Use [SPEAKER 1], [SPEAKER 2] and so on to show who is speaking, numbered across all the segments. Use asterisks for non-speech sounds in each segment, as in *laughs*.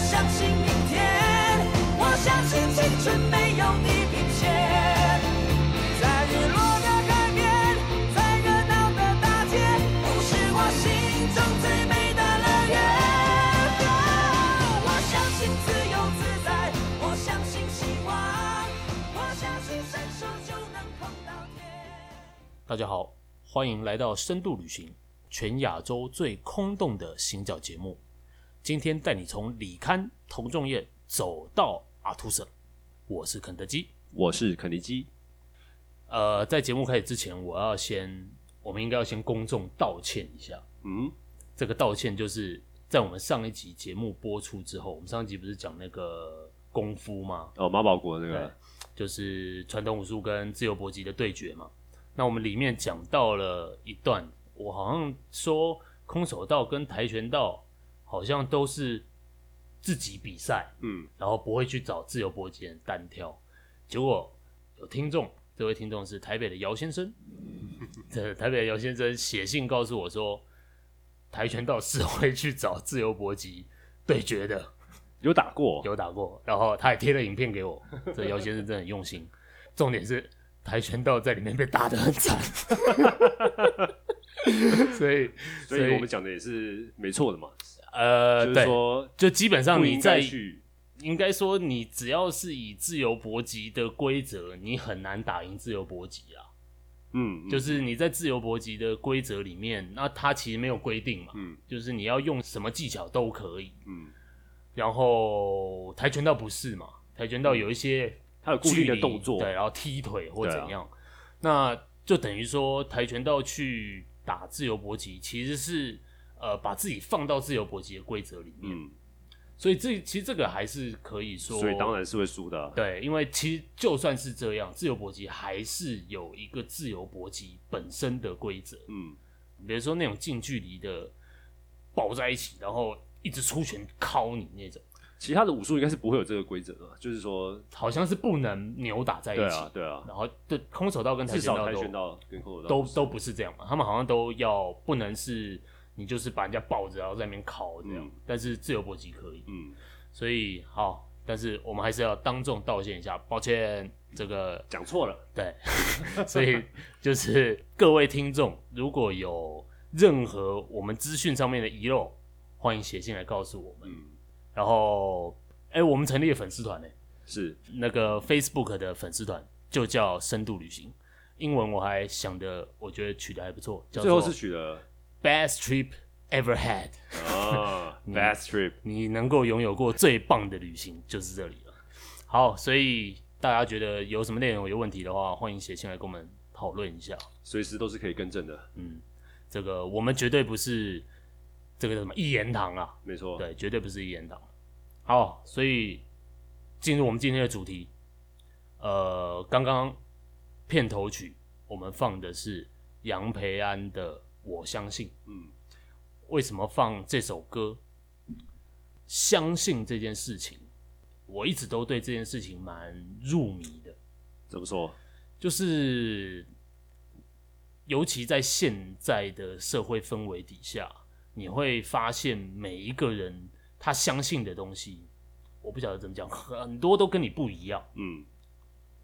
[SPEAKER 1] 相信明天，我相信青春没有地平线。在日落的海边，在热闹的大街，不是我心中最美的乐园。我相信自由自在，我相信希望，我相信伸手就能碰到天。
[SPEAKER 2] 大家好，欢迎来到深度旅行，全亚洲最空洞的行脚节目。今天带你从里堪童仲彦走到阿图省，我是肯德基。
[SPEAKER 3] 我是肯尼基，
[SPEAKER 2] 呃，在节目开始之前，我要先，我们应该要先公众道歉一下。
[SPEAKER 3] 嗯，
[SPEAKER 2] 这个道歉就是在我们上一集节目播出之后，我们上一集不是讲那个功夫吗？
[SPEAKER 3] 哦，马保国那个，
[SPEAKER 2] 就是传统武术跟自由搏击的对决嘛。那我们里面讲到了一段，我好像说空手道跟跆拳道好像都是自己比赛，
[SPEAKER 3] 嗯，
[SPEAKER 2] 然后不会去找自由搏击人单挑。结果有听众，这位听众是台北的姚先生， *laughs* 这台北的姚先生写信告诉我说，跆拳道是会去找自由搏击对决的。
[SPEAKER 3] 有打过，
[SPEAKER 2] 有打过，然后他还贴了影片给我。这姚先生真的很用心。重点是跆拳道在里面被打得很惨， *laughs* 所以
[SPEAKER 3] 所以我们讲的也是没错的嘛，
[SPEAKER 2] 呃，
[SPEAKER 3] 就是
[SPEAKER 2] 对，
[SPEAKER 3] 说
[SPEAKER 2] 就基本上
[SPEAKER 3] 不
[SPEAKER 2] 你
[SPEAKER 3] 应该
[SPEAKER 2] 在
[SPEAKER 3] 去，
[SPEAKER 2] 应该说你只要是以自由搏击的规则，你很难打赢自由搏击啊。
[SPEAKER 3] 嗯，嗯
[SPEAKER 2] 就是你在自由搏击的规则里面，那它其实没有规定嘛，
[SPEAKER 3] 嗯
[SPEAKER 2] 就是你要用什么技巧都可以。
[SPEAKER 3] 嗯，
[SPEAKER 2] 然后跆拳道不是嘛？跆拳嗯道有一些
[SPEAKER 3] 他有固
[SPEAKER 2] 距
[SPEAKER 3] 定
[SPEAKER 2] 离
[SPEAKER 3] 的动作，
[SPEAKER 2] 对，然后踢腿或
[SPEAKER 3] 对啊
[SPEAKER 2] 怎样，那就等于说跆拳道去打自由搏击，其实是呃把自己放到自由搏击的规则里面，
[SPEAKER 3] 嗯，
[SPEAKER 2] 所以这其实这个还是可以说，
[SPEAKER 3] 所以当然是会输的啊，
[SPEAKER 2] 对，因为其实就算是这样，自由搏击还是有一个自由搏击本身的规则，
[SPEAKER 3] 嗯，
[SPEAKER 2] 比如说那种近距离的抱在一起，然后一直出拳敲你那种，
[SPEAKER 3] 其他的武术应该是不会有这个规则的，就是说，
[SPEAKER 2] 好像是不能扭打在一
[SPEAKER 3] 对
[SPEAKER 2] 起。
[SPEAKER 3] 啊，对啊，
[SPEAKER 2] 然后对空手道跟跆
[SPEAKER 3] 至
[SPEAKER 2] 拳道
[SPEAKER 3] 少
[SPEAKER 2] 都
[SPEAKER 3] 跆拳道跟空手道
[SPEAKER 2] 都都不是这样嘛，他们好像都要不能是你就是把人家抱着然后在那边烤这样，
[SPEAKER 3] 嗯
[SPEAKER 2] 但是自由搏击可以，
[SPEAKER 3] 嗯，
[SPEAKER 2] 所以好，但是我们还是要当众道歉一下，抱歉，这个
[SPEAKER 3] 讲错了，
[SPEAKER 2] 对， *laughs* 所以就是各位听众如果有任何我们资讯上面的遗漏，欢迎写信来告诉我们，
[SPEAKER 3] 嗯，
[SPEAKER 2] 然后哎、我们成立了粉丝团呢、
[SPEAKER 3] 是
[SPEAKER 2] 那个 Facebook 的粉丝团就叫深度旅行。英文我还想的，我觉得取得还不错，叫
[SPEAKER 3] 最后
[SPEAKER 2] 做
[SPEAKER 3] 是取了
[SPEAKER 2] best trip ever had，
[SPEAKER 3] 啊
[SPEAKER 2] *laughs* 嗯
[SPEAKER 3] ，best trip，
[SPEAKER 2] 你能够拥有过最棒的旅行就是这里了。好，所以大家觉得有什么内容有问题的话，欢迎写信来跟我们讨论一下。
[SPEAKER 3] 随时都是可以更正的，
[SPEAKER 2] 嗯，这个我们绝对不是这个叫什么一言堂啊，
[SPEAKER 3] 没错，
[SPEAKER 2] 对，绝对不是一言堂。好，所以进入我们今天的主题。呃，刚刚片头曲我们放的是杨培安的《我相信》。
[SPEAKER 3] 嗯，
[SPEAKER 2] 为什么放这首歌？相信这件事情，我一直都对这件事情蛮入迷的。
[SPEAKER 3] 怎么说？
[SPEAKER 2] 就是尤其在现在的社会氛围底下，你会发现每一个人他相信的东西，我不晓得怎么讲，很多都跟你不一样。
[SPEAKER 3] 嗯，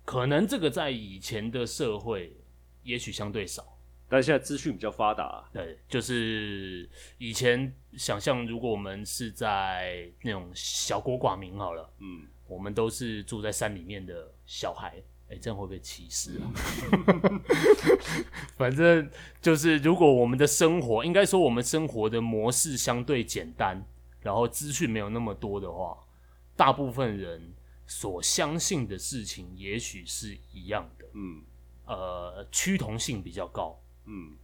[SPEAKER 2] 可能这个在以前的社会，也许相对少。
[SPEAKER 3] 但现在资讯比较发达，
[SPEAKER 2] 对，就是以前想象，如果我们是在那种小国寡民好了，
[SPEAKER 3] 嗯，
[SPEAKER 2] 我们都是住在山里面的小孩，哎、这样会不会歧视啊？ *laughs* 反正就是，如果我们的生活，应该说我们生活的模式相对简单，然后资讯没有那么多的话，大部分人所相信的事情也许是一样的，
[SPEAKER 3] 嗯
[SPEAKER 2] 呃，趋同性比较高。
[SPEAKER 3] 嗯，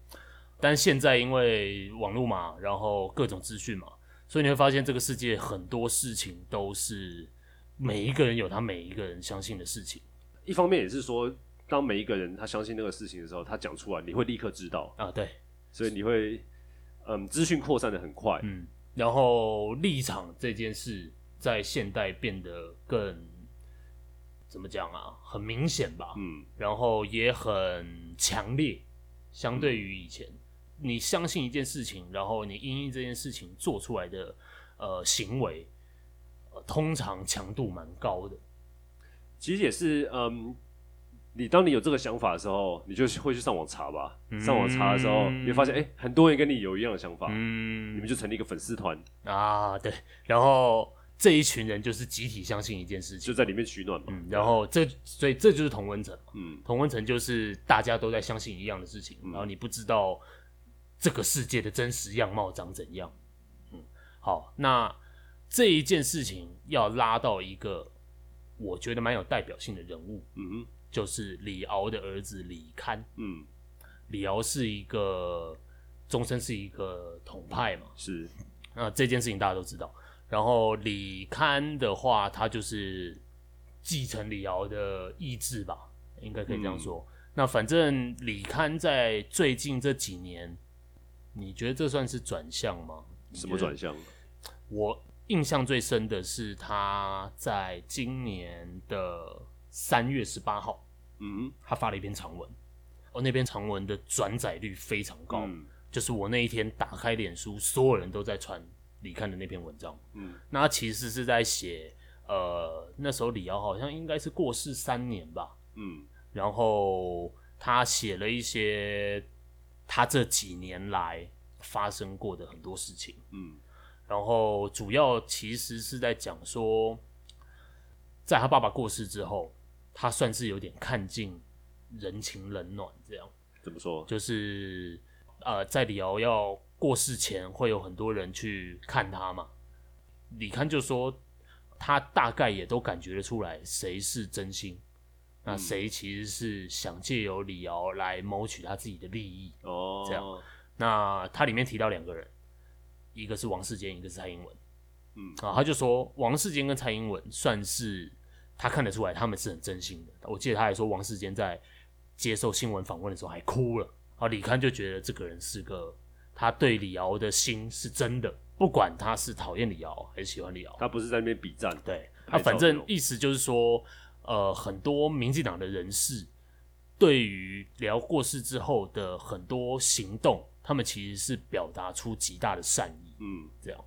[SPEAKER 2] 但现在因为网络嘛，然后各种资讯嘛，所以你会发现这个世界很多事情都是每一个人有他每一个人相信的事情
[SPEAKER 3] 一方面也是说，当每一个人他相信那个事情的时候，他讲出来，你会立刻知道，
[SPEAKER 2] 啊，对，
[SPEAKER 3] 所以你会，嗯，资讯扩散的很快，
[SPEAKER 2] 嗯，然后立场这件事在现代变得更怎么讲啊，很明显吧，
[SPEAKER 3] 嗯
[SPEAKER 2] 然后也很强烈，相对于以前，你相信一件事情，然后你因应这件事情做出来的呃行为，呃通常强度蛮高的。
[SPEAKER 3] 其实也是，嗯，你当你有这个想法的时候，你就会去上网查吧。
[SPEAKER 2] 嗯
[SPEAKER 3] 上网查的时候，你会发现，哎、很多人跟你有一样的想法，你
[SPEAKER 2] 嗯
[SPEAKER 3] 们就成立一个粉丝团，
[SPEAKER 2] 啊，对，然后这一群人就是集体相信一件事情，
[SPEAKER 3] 就在里面取暖嘛。
[SPEAKER 2] 嗯，然后这所以这就是同温层嘛，
[SPEAKER 3] 嗯，
[SPEAKER 2] 同温层就是大家都在相信一样的事情，
[SPEAKER 3] 嗯
[SPEAKER 2] 然后你不知道这个世界的真实样貌长怎样。嗯，好，那这一件事情要拉到一个我觉得蛮有代表性的人物，
[SPEAKER 3] 嗯
[SPEAKER 2] 就是李敖的儿子李堪。
[SPEAKER 3] 嗯，
[SPEAKER 2] 李敖是一个终身是一个统派嘛，
[SPEAKER 3] 是
[SPEAKER 2] 那这件事情大家都知道。然后李堪的话，他就是继承李敖的意志吧，应该可以这样说。
[SPEAKER 3] 嗯
[SPEAKER 2] 那反正李堪在最近这几年，你觉得这算是转向吗？
[SPEAKER 3] 什么转向？
[SPEAKER 2] 我印象最深的是他在今年的三月十八号，
[SPEAKER 3] 嗯，
[SPEAKER 2] 他发了一篇长文，哦，那篇长文的转载率非常高，
[SPEAKER 3] 嗯
[SPEAKER 2] 就是我那一天打开脸书，所有人都在传李看的那篇文章。
[SPEAKER 3] 嗯，
[SPEAKER 2] 那他其实是在写，呃，那时候李敖好像应该是过世三年吧，
[SPEAKER 3] 嗯
[SPEAKER 2] 然后他写了一些他这几年来发生过的很多事情，
[SPEAKER 3] 嗯
[SPEAKER 2] 然后主要其实是在讲说，在他爸爸过世之后，他算是有点看尽人情冷暖这样。
[SPEAKER 3] 怎么说？
[SPEAKER 2] 就是呃，在李敖要过世前，会有很多人去看他嘛。李康就说，他大概也都感觉得出来谁是真心，那
[SPEAKER 3] 嗯
[SPEAKER 2] 谁其实是想借由李敖来谋取他自己的利益。
[SPEAKER 3] 哦，
[SPEAKER 2] 这样，那他里面提到两个人，一个是王世坚，一个是蔡英文。
[SPEAKER 3] 嗯
[SPEAKER 2] 啊，他就说王世坚跟蔡英文算是他看得出来他们是很真心的。我记得他还说王世坚在接受新闻访问的时候还哭了。啊，李康就觉得这个人是个他对李敖的心是真的，不管他是讨厌李敖还是喜欢李敖，
[SPEAKER 3] 他不是在那边比战，
[SPEAKER 2] 对，那
[SPEAKER 3] 拍照
[SPEAKER 2] 反
[SPEAKER 3] 那
[SPEAKER 2] 正
[SPEAKER 3] 种
[SPEAKER 2] 意思就是说，呃，很多民进党的人士对于辽过世之后的很多行动，他们其实是表达出极大的善意。
[SPEAKER 3] 嗯
[SPEAKER 2] 这样。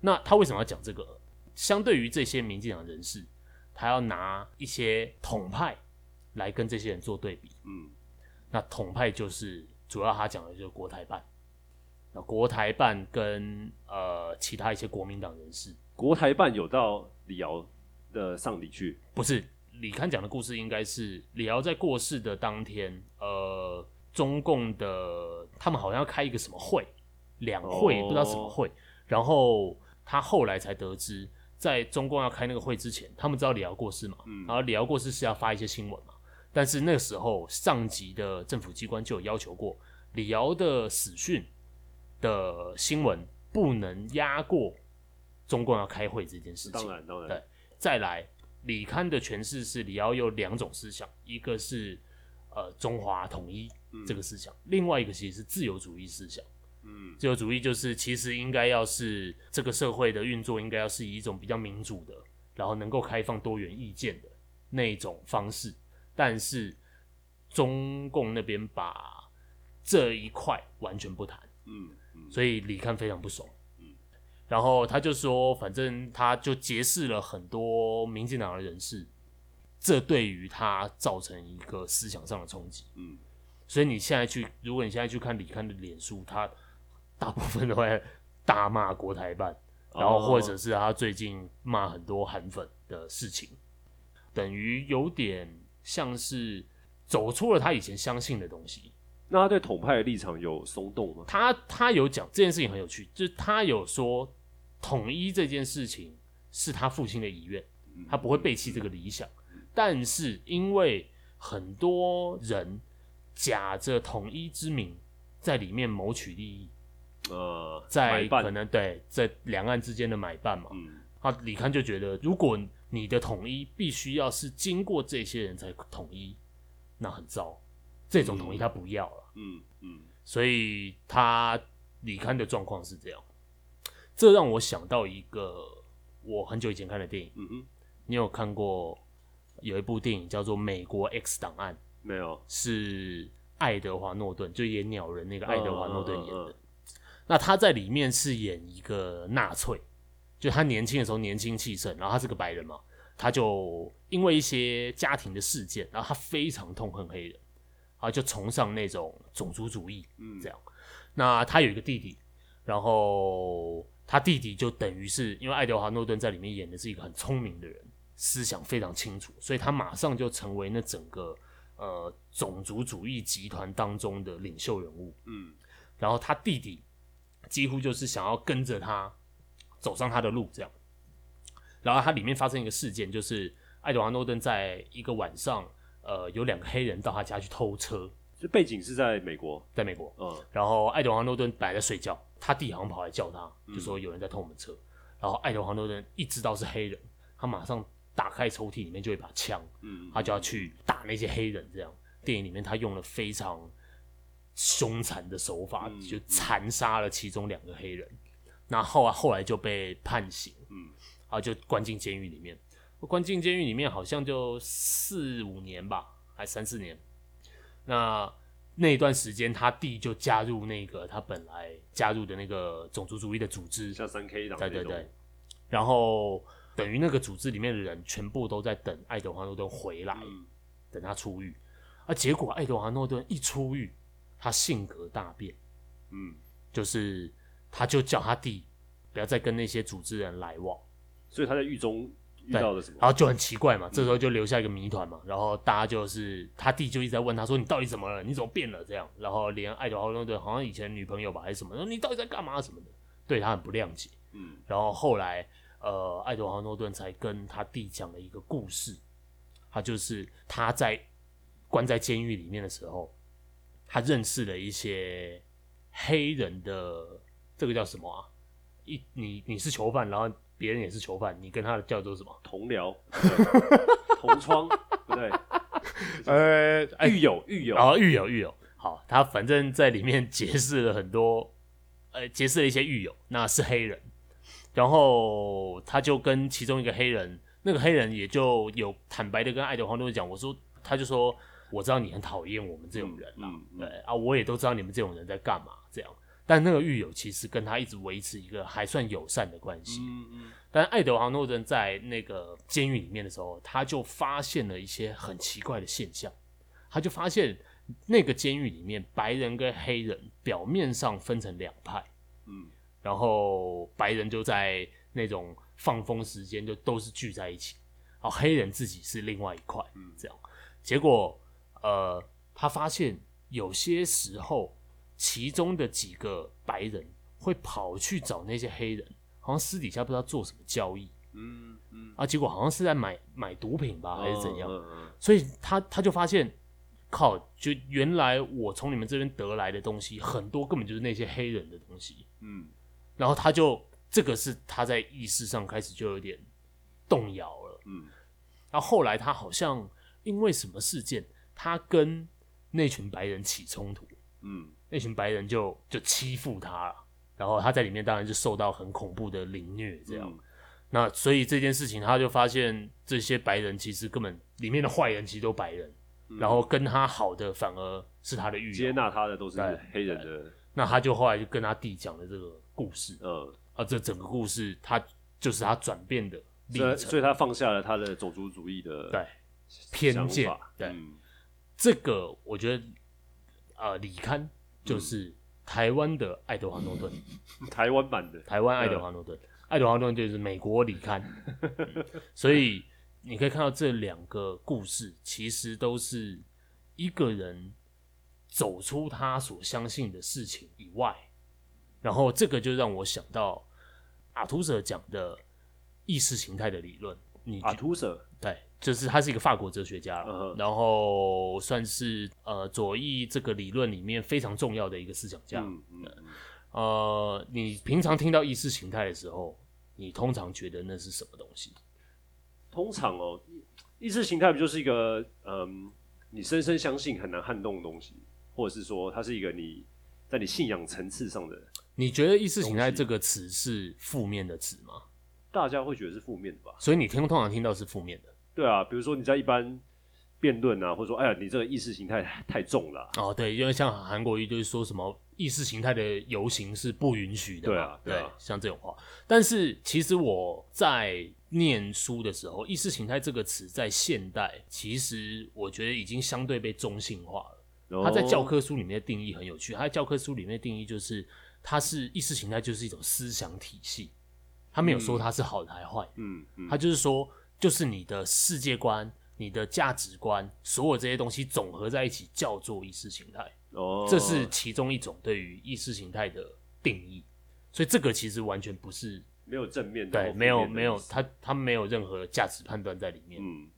[SPEAKER 2] 那他为什么要讲这个？相对于这些民进党人士，他要拿一些统派来跟这些人做对比。
[SPEAKER 3] 嗯
[SPEAKER 2] 那统派就是主要他讲的就是国台办，那国台办跟呃其他一些国民党人士，
[SPEAKER 3] 国台办有到李敖的丧礼去，
[SPEAKER 2] 不是李康讲的故事，应该是李敖在过世的当天，呃，中共的他们好像要开一个什么会，两会、
[SPEAKER 3] 哦
[SPEAKER 2] 不知道什么会，然后他后来才得知，在中共要开那个会之前，他们知道李敖过世嘛，
[SPEAKER 3] 嗯
[SPEAKER 2] 然后李敖过世是要发一些新闻嘛，但是那时候上级的政府机关就有要求过，李敖的死讯的新闻不能压过中共要开会这件事情
[SPEAKER 3] 当。然当然
[SPEAKER 2] 对，再来，李康的诠释是李敖有两种思想，一个是呃中华统一
[SPEAKER 3] 嗯
[SPEAKER 2] 这个思想，另外一个其实是自由主义思想。
[SPEAKER 3] 嗯
[SPEAKER 2] 自由主义就是其实应该要是这个社会的运作应该要是以一种比较民主的，然后能够开放多元意见的那一种方式，但是中共那边把这一块完全不谈。
[SPEAKER 3] 嗯嗯
[SPEAKER 2] 所以李看非常不爽
[SPEAKER 3] 嗯。
[SPEAKER 2] 然后他就说，反正他就结识了很多民进党的人士，这对于他造成一个思想上的冲击。
[SPEAKER 3] 嗯
[SPEAKER 2] 所以你现在去，如果你现在去看李看的脸书，他大部分都在大骂国台办，
[SPEAKER 3] 哦
[SPEAKER 2] 然后或者是他最近骂很多韩粉的事情，等于有点像是走出了他以前相信的东西。
[SPEAKER 3] 那他对统派的立场有松动吗？
[SPEAKER 2] 他他有讲这件事情很有趣，就是他有说统一这件事情是他父亲的遗愿，他不会背弃这个理想，
[SPEAKER 3] 嗯
[SPEAKER 2] 但是因为很多人假着统一之名在里面谋取利益，
[SPEAKER 3] 呃，
[SPEAKER 2] 在
[SPEAKER 3] 买办
[SPEAKER 2] 可能对在两岸之间的买办嘛，
[SPEAKER 3] 嗯
[SPEAKER 2] 他李康就觉得，如果你的统一必须要是经过这些人才统一，那很糟，这种统一他不要了。
[SPEAKER 3] 嗯嗯
[SPEAKER 2] 所以他李刊的状况是这样。这让我想到一个我很久以前看的电影，
[SPEAKER 3] 嗯哼，
[SPEAKER 2] 你有看过？有一部电影叫做《美国 X 档案》，
[SPEAKER 3] 没有，
[SPEAKER 2] 是爱德华诺顿，就演鸟
[SPEAKER 3] 嗯
[SPEAKER 2] 人那个爱德华诺顿演
[SPEAKER 3] 嗯嗯嗯
[SPEAKER 2] 的。那他在里面是演一个纳粹，就他年轻的时候年轻气盛，然后他是个白人嘛，他就因为一些家庭的事件，然后他非常痛恨黑人，他就崇尚那种种族主义，
[SPEAKER 3] 嗯
[SPEAKER 2] 这样。那他有一个弟弟，然后他弟弟就等于是因为爱德华诺顿在里面演的是一个很聪明的人，思想非常清楚，所以他马上就成为那整个呃种族主义集团当中的领袖人物。
[SPEAKER 3] 嗯，
[SPEAKER 2] 然后他弟弟几乎就是想要跟着他走上他的路这样。然后它里面发生一个事件，就是爱德华诺顿在一个晚上，呃，有两个黑人到他家去偷车，
[SPEAKER 3] 这背景是在美国，
[SPEAKER 2] 在美国。
[SPEAKER 3] 嗯
[SPEAKER 2] 然后爱德华诺顿本来在睡觉，他弟好像跑来叫他，就说有人在偷我们车。然后爱德华诺顿一知道是黑人，他马上打开抽屉，里面就有一把枪，
[SPEAKER 3] 嗯，
[SPEAKER 2] 他就要去打那些黑人。这样电影里面他用了非常凶残的手法
[SPEAKER 3] 嗯，
[SPEAKER 2] 就残杀了其中两个黑人。那后来后来就被判刑，
[SPEAKER 3] 嗯
[SPEAKER 2] 啊，就关进监狱里面。关进监狱里面好像就四五年吧，还三四年。那那段时间，他弟就加入那个他本来加入的那个种族主义的组织，
[SPEAKER 3] 像三 K 党
[SPEAKER 2] 对
[SPEAKER 3] 那
[SPEAKER 2] 对
[SPEAKER 3] 种
[SPEAKER 2] 对。然后等于那个组织里面的人全部都在等爱德华诺顿回来，
[SPEAKER 3] 嗯
[SPEAKER 2] 等他出狱。啊，结果爱德华诺顿一出狱，他性格大变。
[SPEAKER 3] 嗯，
[SPEAKER 2] 就是他就叫他弟不要再跟那些组织人来往，
[SPEAKER 3] 所以他在狱中遇到了什么？
[SPEAKER 2] 然后就很奇怪嘛，这时候就留下一个谜团嘛，然后大家就是他弟就一直在问他说你到底怎么了，你怎么变了这样，然后连爱德华诺顿好像以前女朋友吧还是什么，说你到底在干嘛什么的，对他很不谅解，
[SPEAKER 3] 嗯
[SPEAKER 2] 然后后来呃爱德华诺顿才跟他弟讲了一个故事，他就是他在关在监狱里面的时候，他认识了一些黑人的这个叫什么啊？一你你是囚犯，然后别人也是囚犯，你跟他的叫做什么？
[SPEAKER 3] 同僚，对同窗，不对，
[SPEAKER 2] *laughs* 呃，哦
[SPEAKER 3] 狱友哦狱友
[SPEAKER 2] 然，后狱友狱友，好，他反正在里面结识了很多，呃，结识了一些狱友，那是黑人，然后他就跟其中一个黑人，那个黑人也就有坦白的跟爱德华诺顿讲，我说，他就说，我知道你很讨厌我们这种人啊，
[SPEAKER 3] 嗯嗯嗯
[SPEAKER 2] 对啊，我也都知道你们这种人在干嘛这样，但那个狱友其实跟他一直维持一个还算友善的关系，
[SPEAKER 3] 嗯嗯
[SPEAKER 2] 但爱德华诺顿在那个监狱里面的时候，他就发现了一些很奇怪的现象。他就发现那个监狱里面，白人跟黑人表面上分成两派，
[SPEAKER 3] 嗯
[SPEAKER 2] 然后白人就在那种放风时间就都是聚在一起，然后黑人自己是另外一块，
[SPEAKER 3] 嗯
[SPEAKER 2] 这样。结果呃，他发现有些时候，其中的几个白人会跑去找那些黑人，好像私底下不知道做什么交易
[SPEAKER 3] 嗯嗯，
[SPEAKER 2] 啊，结果好像是在买买毒品吧，啊还是怎样？
[SPEAKER 3] 嗯？嗯嗯
[SPEAKER 2] 所以他他就发现，靠，就原来我从你们这边得来的东西，很多根本就是那些黑人的东西。
[SPEAKER 3] 嗯
[SPEAKER 2] 然后他就这个是他在意识上开始就有点动摇了。
[SPEAKER 3] 嗯
[SPEAKER 2] 然后后来他好像因为什么事件，他跟那群白人起冲突，
[SPEAKER 3] 嗯
[SPEAKER 2] 那群白人就就欺负他了。然后他在里面当然就受到很恐怖的凌虐，这样。
[SPEAKER 3] 嗯
[SPEAKER 2] 那所以这件事情，他就发现这些白人其实根本里面的坏人其实都白人，然后跟他好的反而是他的狱
[SPEAKER 3] 嗯接
[SPEAKER 2] 友。
[SPEAKER 3] 纳他的都是
[SPEAKER 2] 对
[SPEAKER 3] 黑人的，
[SPEAKER 2] 那他就后来就跟他弟讲了这个故事
[SPEAKER 3] 嗯，
[SPEAKER 2] 啊，这整个故事他就是他转变的历
[SPEAKER 3] 所以
[SPEAKER 2] 程。
[SPEAKER 3] 所以他放下了他的种族主义的
[SPEAKER 2] 对偏
[SPEAKER 3] 想
[SPEAKER 2] 见
[SPEAKER 3] 法
[SPEAKER 2] 对
[SPEAKER 3] 嗯
[SPEAKER 2] 这个我觉得，呃，李刊
[SPEAKER 3] 嗯
[SPEAKER 2] 就是台湾的爱德华诺顿，
[SPEAKER 3] 台湾版的，
[SPEAKER 2] 台湾爱
[SPEAKER 3] 嗯
[SPEAKER 2] 德华诺顿，爱德华诺顿就是美国李
[SPEAKER 3] *laughs*
[SPEAKER 2] 刊，嗯所以你可以看到这两个故事其实都是一个人走出他所相信的事情以外，然后这个就让我想到阿图舍讲的意识形态的理论，你
[SPEAKER 3] 阿图舍，
[SPEAKER 2] 对，就是他是一个法国哲学家啦
[SPEAKER 3] 嗯哼
[SPEAKER 2] 然后算是呃左翼这个理论里面非常重要的一个思想家。
[SPEAKER 3] 嗯嗯嗯
[SPEAKER 2] 呃，你平常听到意识形态的时候，你通常觉得那是什么东西？
[SPEAKER 3] 通常哦，意识形态不就是一个嗯，你深深相信很难撼动的东西，或者是说它是一个你在你信仰层次上的，
[SPEAKER 2] 你觉得意识形态
[SPEAKER 3] 东西
[SPEAKER 2] 这个词是负面的词吗？
[SPEAKER 3] 大家会觉得是负面的吧？
[SPEAKER 2] 所以你听通常听到是负面的。
[SPEAKER 3] 对啊，比如说你在一般辩论啊，或者说哎呀，你这个意识形态 *laughs* 太重了啊、
[SPEAKER 2] 哦，对，因为像韩国瑜就是说什么意识形态的游行是不允许的嘛，
[SPEAKER 3] 对啊对啊
[SPEAKER 2] 像这种话。但是其实我在念书的时候，意识形态这个词在现代，其实我觉得已经相对被中性化了。
[SPEAKER 3] 然后
[SPEAKER 2] 它在教科书里面的定义很有趣，它在教科书里面的定义就是它是意识形态，就是一种思想体系，它没有说它是好的还是坏的。
[SPEAKER 3] 嗯嗯，
[SPEAKER 2] 他就是说，就是你的世界观、你的价值观，所有这些东西总合在一起，叫做意识形态。
[SPEAKER 3] 哦，
[SPEAKER 2] 这是其中一种对于意识形态的定义。所以这个其实完全不是
[SPEAKER 3] 没有正面的
[SPEAKER 2] 对，
[SPEAKER 3] 或
[SPEAKER 2] 没有
[SPEAKER 3] 负面的
[SPEAKER 2] 没有
[SPEAKER 3] 意，思
[SPEAKER 2] 它它没有任何价值判断在里面。
[SPEAKER 3] 嗯，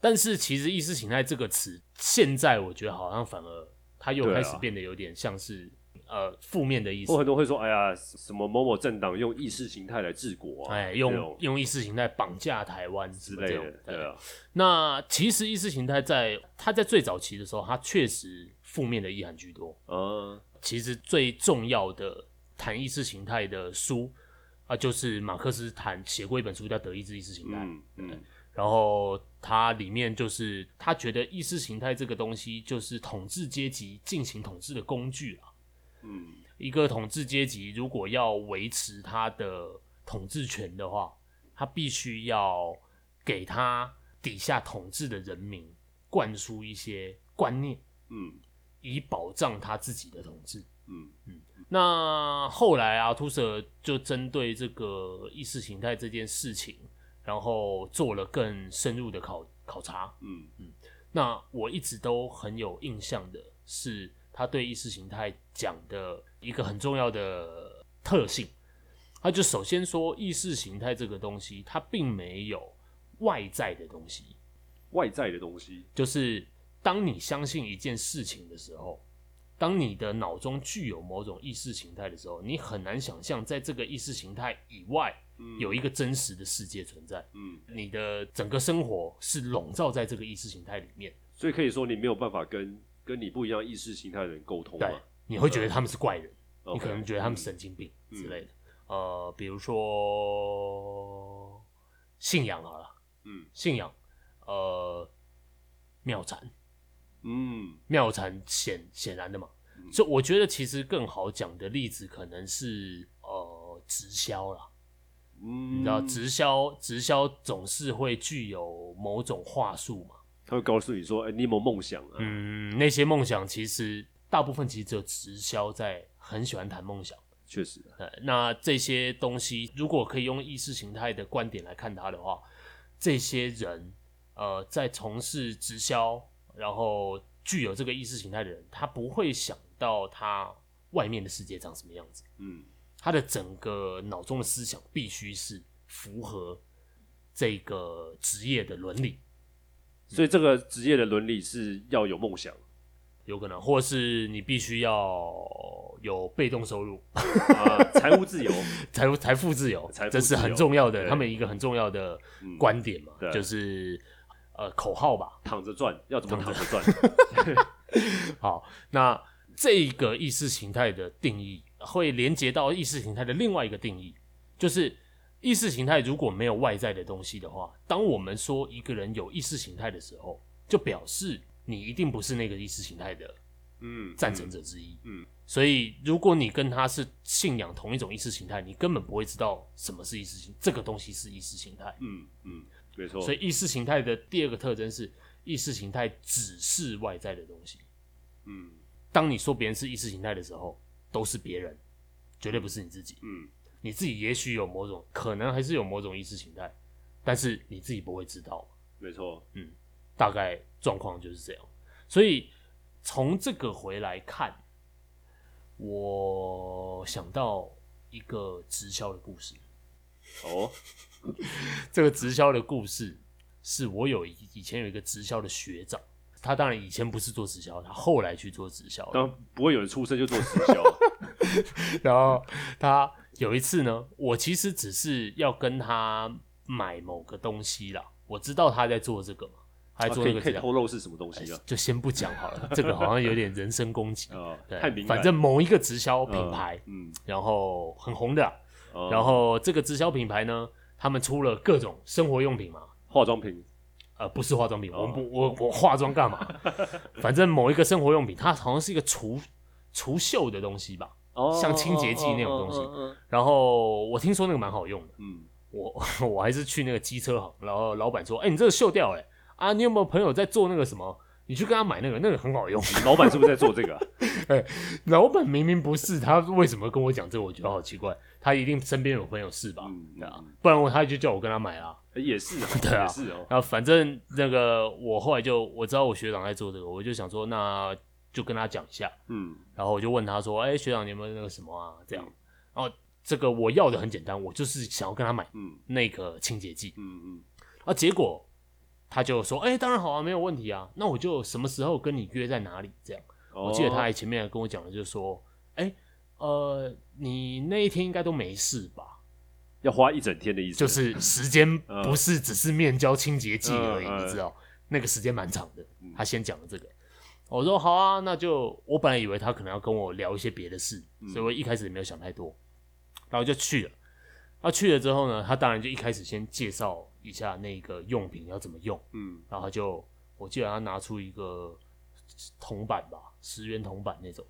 [SPEAKER 2] 但是其实意识形态这个词，现在我觉得好像反而它又
[SPEAKER 3] 对啊
[SPEAKER 2] 开始变得有点像是、呃负面的意思
[SPEAKER 3] 我。很多人会说哎呀，什么某某政党用意识形态来治国啊，
[SPEAKER 2] 哎，
[SPEAKER 3] 这
[SPEAKER 2] 用
[SPEAKER 3] 种
[SPEAKER 2] 用意识形态绑架台湾
[SPEAKER 3] 之
[SPEAKER 2] 之
[SPEAKER 3] 类的，对啊，
[SPEAKER 2] 那其实意识形态在它在最早期的时候，它确实负面的意涵居多。
[SPEAKER 3] 嗯
[SPEAKER 2] 其实最重要的谈意识形态的书啊，就是马克思谈写过一本书叫《德意志意识形态》，
[SPEAKER 3] 嗯嗯，
[SPEAKER 2] 然后它里面就是他觉得意识形态这个东西就是统治阶级进行统治的工具啊。
[SPEAKER 3] 嗯，
[SPEAKER 2] 一个统治阶级如果要维持他的统治权的话，他必须要给他底下统治的人民灌输一些观念，
[SPEAKER 3] 嗯
[SPEAKER 2] 以保障他自己的统治。
[SPEAKER 3] 嗯
[SPEAKER 2] 那后来啊，秃舍就针对这个意识形态这件事情，然后做了更深入的考考察。
[SPEAKER 3] 嗯
[SPEAKER 2] 那我一直都很有印象的是，他对意识形态讲的一个很重要的特性，他就首先说意识形态这个东西，它并没有外在的东西，
[SPEAKER 3] 外在的东西，
[SPEAKER 2] 就是当你相信一件事情的时候，当你的脑中具有某种意识形态的时候，你很难想象在这个意识形态以外
[SPEAKER 3] 嗯
[SPEAKER 2] 有一个真实的世界存在，
[SPEAKER 3] 嗯，
[SPEAKER 2] 你的整个生活是笼罩在这个意识形态里面。
[SPEAKER 3] 所以可以说你没有办法跟跟你不一样意识形态的人沟通嘛
[SPEAKER 2] 对，你会觉得他们是怪人，
[SPEAKER 3] OK，
[SPEAKER 2] 你可能觉得他们神经病
[SPEAKER 3] 嗯
[SPEAKER 2] 之类的。呃，比如说信仰好了，
[SPEAKER 3] 嗯
[SPEAKER 2] 信仰，呃，妙禅，
[SPEAKER 3] 嗯
[SPEAKER 2] 妙禅显显然的嘛
[SPEAKER 3] 嗯。
[SPEAKER 2] 就我觉得其实更好讲的例子可能是呃直销啦，
[SPEAKER 3] 嗯，
[SPEAKER 2] 你知道直销直销总是会具有某种话术嘛，
[SPEAKER 3] 他会告诉你说，哎，你有没有梦想啊？
[SPEAKER 2] 嗯，那些梦想其实大部分其实只有直销在很喜欢谈梦想。
[SPEAKER 3] 确实，啊
[SPEAKER 2] 呃，那这些东西如果可以用意识形态的观点来看它的话，这些人呃在从事直销，然后具有这个意识形态的人，他不会想到他外面的世界长什么样子，
[SPEAKER 3] 嗯
[SPEAKER 2] 他的整个脑中的思想必须是符合这个职业的伦理，
[SPEAKER 3] 所以这个职业的伦理是要有梦想
[SPEAKER 2] 有可能，或是你必须要有被动收入。
[SPEAKER 3] 啊，财
[SPEAKER 2] *laughs*
[SPEAKER 3] 务自由，
[SPEAKER 2] 财富财富自由，
[SPEAKER 3] 财富
[SPEAKER 2] 这是
[SPEAKER 3] 自
[SPEAKER 2] 很
[SPEAKER 3] 由
[SPEAKER 2] 重要的，
[SPEAKER 3] 对
[SPEAKER 2] 他们一个很重要的
[SPEAKER 3] 嗯
[SPEAKER 2] 观点嘛，
[SPEAKER 3] 对
[SPEAKER 2] 就是呃口号吧。
[SPEAKER 3] 躺着赚，要怎么躺着赚？
[SPEAKER 2] 好，那这个意识形态的定义会连接到意识形态的另外一个定义，就是意识形态如果没有外在的东西的话，当我们说一个人有意识形态的时候，就表示你一定不是那个意识形态的 *laughs*
[SPEAKER 3] 嗯，
[SPEAKER 2] 赞成者之一。
[SPEAKER 3] 嗯嗯
[SPEAKER 2] 所以如果你跟他是信仰同一种意识形态，你根本不会知道什么是意识形，这个东西是意识形态。
[SPEAKER 3] 嗯，嗯嗯，没错，
[SPEAKER 2] 所以意识形态的第二个特征是，意识形态只是外在的东西。
[SPEAKER 3] 嗯
[SPEAKER 2] 当你说别人是意识形态的时候，都是别人，绝对不是你自己。
[SPEAKER 3] 嗯
[SPEAKER 2] 你自己也许有某种，可能还是有某种意识形态，但是你自己不会知道。
[SPEAKER 3] 没错，
[SPEAKER 2] 大概状况就是这样。所以从这个回来看，我想到一个直销的故事。
[SPEAKER 3] 哦，
[SPEAKER 2] 这个直销的故事是我有一以前有一个直销的学长，他当然以前不是做直销，他后来去做直销了。
[SPEAKER 3] 当然不会有人出生就做直
[SPEAKER 2] *laughs*
[SPEAKER 3] 销，
[SPEAKER 2] 然后他有一次呢，我其实只是要跟他买某个东西啦，我知道他在做这个嘛，他在
[SPEAKER 3] 啊
[SPEAKER 2] 做
[SPEAKER 3] 可
[SPEAKER 2] 那
[SPEAKER 3] 以
[SPEAKER 2] 个
[SPEAKER 3] 可
[SPEAKER 2] 直
[SPEAKER 3] 以
[SPEAKER 2] 销，
[SPEAKER 3] 透露是什么东西啊？
[SPEAKER 2] 就先不讲好了， *laughs* 这个好像有点人身攻击。
[SPEAKER 3] 啊，
[SPEAKER 2] 哎对
[SPEAKER 3] 太敏，感，
[SPEAKER 2] 反正某一个直销
[SPEAKER 3] 嗯
[SPEAKER 2] 品牌，
[SPEAKER 3] 嗯，
[SPEAKER 2] 然后很红的啦，
[SPEAKER 3] 哦
[SPEAKER 2] 然后这个直销品牌呢，他们出了各种生活用品嘛，
[SPEAKER 3] 化妆品，
[SPEAKER 2] 呃，不是化妆品，我们不，
[SPEAKER 3] 哦
[SPEAKER 2] 我我化妆干嘛？ *laughs* 反正某一个生活用品，它好像是一个除除锈的东西吧。
[SPEAKER 3] 哦
[SPEAKER 2] 像清洁剂那种东西
[SPEAKER 3] 嗯嗯
[SPEAKER 2] 然后我听说那个蛮好用的，
[SPEAKER 3] 嗯，
[SPEAKER 2] 我 *laughs* 我还是去那个机车行，然后老板说，哎、你这个锈掉了、啊，你有没有朋友在做那个什么？你去跟他买那个，那个很好用。
[SPEAKER 3] 嗯老板是不是在做这个啊？ *laughs*
[SPEAKER 2] 老板明明不是，他为什么跟我讲这个？我觉得好奇怪。他一定身边有朋友是吧？
[SPEAKER 3] 嗯
[SPEAKER 2] 对啊，不然我他就叫我跟他买啦。
[SPEAKER 3] 欸也是啊，
[SPEAKER 2] *laughs* 对啊
[SPEAKER 3] 也是哦。
[SPEAKER 2] 然后反正那个我后来就我知道我学长在做这个，我就想说那就跟他讲一下，
[SPEAKER 3] 嗯，
[SPEAKER 2] 然后我就问他说：“哎、学长，你有没有那个什么啊？”这样，然后这个我要的很简单，我就是想要跟他买
[SPEAKER 3] 嗯
[SPEAKER 2] 那个清洁剂
[SPEAKER 3] 嗯
[SPEAKER 2] 啊。结果他就说：“哎、当然好啊，没有问题啊。那我就什么时候跟你约在哪里？”这样，
[SPEAKER 3] 嗯，我
[SPEAKER 2] 我记得他还前面还跟我讲了，就是说：“哎、呃，你那一天应该都没事吧？”
[SPEAKER 3] 要花一整天的意思，
[SPEAKER 2] 就是时间
[SPEAKER 3] 嗯
[SPEAKER 2] 不是只是面交清洁剂而已，
[SPEAKER 3] 嗯嗯
[SPEAKER 2] 你知道，那个时间蛮长的
[SPEAKER 3] 嗯。
[SPEAKER 2] 他先讲了这个，我说好啊，那就我本来以为他可能要跟我聊一些别的事，
[SPEAKER 3] 嗯
[SPEAKER 2] 所以我一开始也没有想太多，然后就去了。他去了之后呢，他当然就一开始先介绍一下那个用品要怎么用，
[SPEAKER 3] 嗯
[SPEAKER 2] 然后他就我记得他拿出一个铜板吧，十元铜板那种，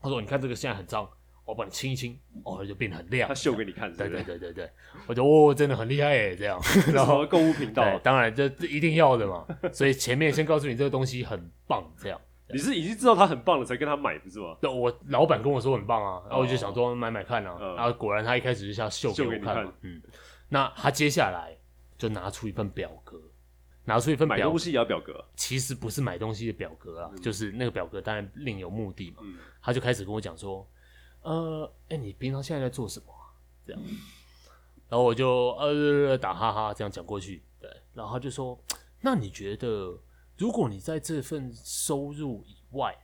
[SPEAKER 2] 他说你看这个现在很脏，我帮你清一清，哦，它就变得很亮。
[SPEAKER 3] 他秀给你看，
[SPEAKER 2] 对对
[SPEAKER 3] 对，
[SPEAKER 2] 对对 *laughs* 对，我觉得哦，真的很厉害耶，这
[SPEAKER 3] *laughs*
[SPEAKER 2] 样。
[SPEAKER 3] 然
[SPEAKER 2] 然
[SPEAKER 3] 后
[SPEAKER 2] 后
[SPEAKER 3] 购物频
[SPEAKER 2] 对
[SPEAKER 3] 道，，
[SPEAKER 2] 当然这这一定要的嘛，所以前面先告诉你这个东西很棒，这样。
[SPEAKER 3] 你是已经知道他很棒了才跟他买，不是吗？
[SPEAKER 2] 对，我老板跟我说很棒啊，然后我就想说买买看啊，
[SPEAKER 3] 嗯
[SPEAKER 2] 然后果然他一开始就想秀给
[SPEAKER 3] 秀
[SPEAKER 2] 我
[SPEAKER 3] 给你
[SPEAKER 2] 看嘛
[SPEAKER 3] 看，
[SPEAKER 2] 嗯，那他接下来就拿出一份表格，拿出一份
[SPEAKER 3] 买
[SPEAKER 2] 表
[SPEAKER 3] 东，西也要嗯表格，
[SPEAKER 2] 其实不是买东西的表格啊，就是那个表格当然另有目的嘛， *laughs*
[SPEAKER 3] 嗯，
[SPEAKER 2] 他就开始跟我讲说，呃，哎、你平常现在在做什么啊、这样，然后我就呃打哈哈这样讲过去，对，然后他就说，那你觉得如果你在这份收入以外，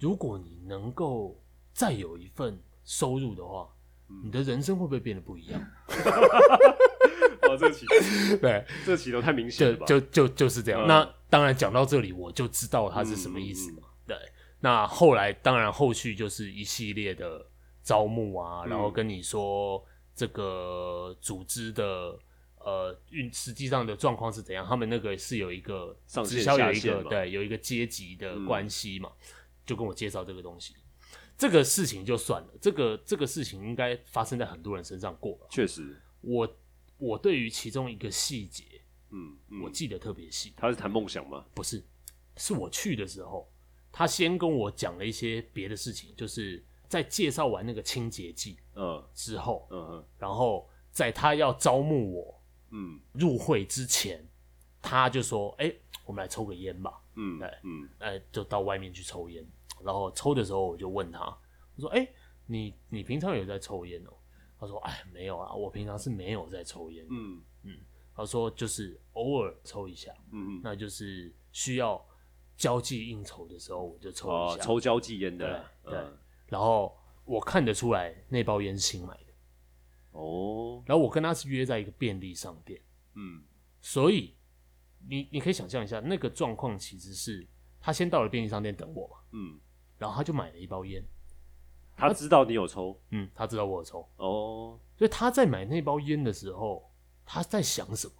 [SPEAKER 2] 如果你能够再有一份收入的话，你的人生会不会变得不一样？
[SPEAKER 3] 哇，这个起
[SPEAKER 2] 对，
[SPEAKER 3] 这个起头太明显
[SPEAKER 2] 就
[SPEAKER 3] 了吧？
[SPEAKER 2] 就就就是这样。
[SPEAKER 3] 嗯
[SPEAKER 2] 那当然讲到这里，我就知道他是什么意思嘛。对，那后来当然后续就是一系列的招募啊，
[SPEAKER 3] 嗯
[SPEAKER 2] 然后跟你说这个组织的。呃，运实际上的状况是怎样？他们那个是有一个
[SPEAKER 3] 上线
[SPEAKER 2] 直销有一
[SPEAKER 3] 下线
[SPEAKER 2] 个
[SPEAKER 3] 嘛
[SPEAKER 2] 对有一个阶级的
[SPEAKER 3] 嗯
[SPEAKER 2] 关系嘛，就跟我介绍这个东西。这个事情就算了，这个这个事情应该发生在很多人身上过了。
[SPEAKER 3] 确实，
[SPEAKER 2] 我我对于其中一个细节，
[SPEAKER 3] 嗯嗯
[SPEAKER 2] 我，记得特别细，
[SPEAKER 3] 他是谈梦想嘛，
[SPEAKER 2] 不是，是我去的时候，他先跟我讲了一些别的事情，就是在介绍完那个清洁剂
[SPEAKER 3] 嗯
[SPEAKER 2] 之后，
[SPEAKER 3] 嗯嗯
[SPEAKER 2] 然后在他要招募我
[SPEAKER 3] 嗯
[SPEAKER 2] 入会之前，他就说：“哎、我们来抽个烟吧。
[SPEAKER 3] 嗯
[SPEAKER 2] 对
[SPEAKER 3] 嗯”
[SPEAKER 2] 呃，就到外面去抽烟。然后抽的时候，我就问他，我说：“哎、你你平常有在抽烟哦？”他说：“哎，没有啊，我平常是没有在抽烟。
[SPEAKER 3] 嗯
[SPEAKER 2] 他说：“就是偶尔抽一下，
[SPEAKER 3] 嗯嗯，
[SPEAKER 2] 那就是需要交际应酬的时候，我就抽一
[SPEAKER 3] 哦
[SPEAKER 2] 下。，
[SPEAKER 3] 抽交际烟的，
[SPEAKER 2] 对对
[SPEAKER 3] 嗯
[SPEAKER 2] 然后我看得出来那包烟是新买的，
[SPEAKER 3] 哦，
[SPEAKER 2] 然后我跟他是约在一个便利商店，
[SPEAKER 3] 嗯
[SPEAKER 2] 所以你你可以想象一下，那个状况其实是他先到了便利商店等我嘛，
[SPEAKER 3] 嗯，
[SPEAKER 2] 然后他就买了一包烟，
[SPEAKER 3] 他知道你有抽
[SPEAKER 2] 嗯，他知道我有抽，
[SPEAKER 3] 哦，
[SPEAKER 2] 所以他在买那包烟的时候，他在想什么？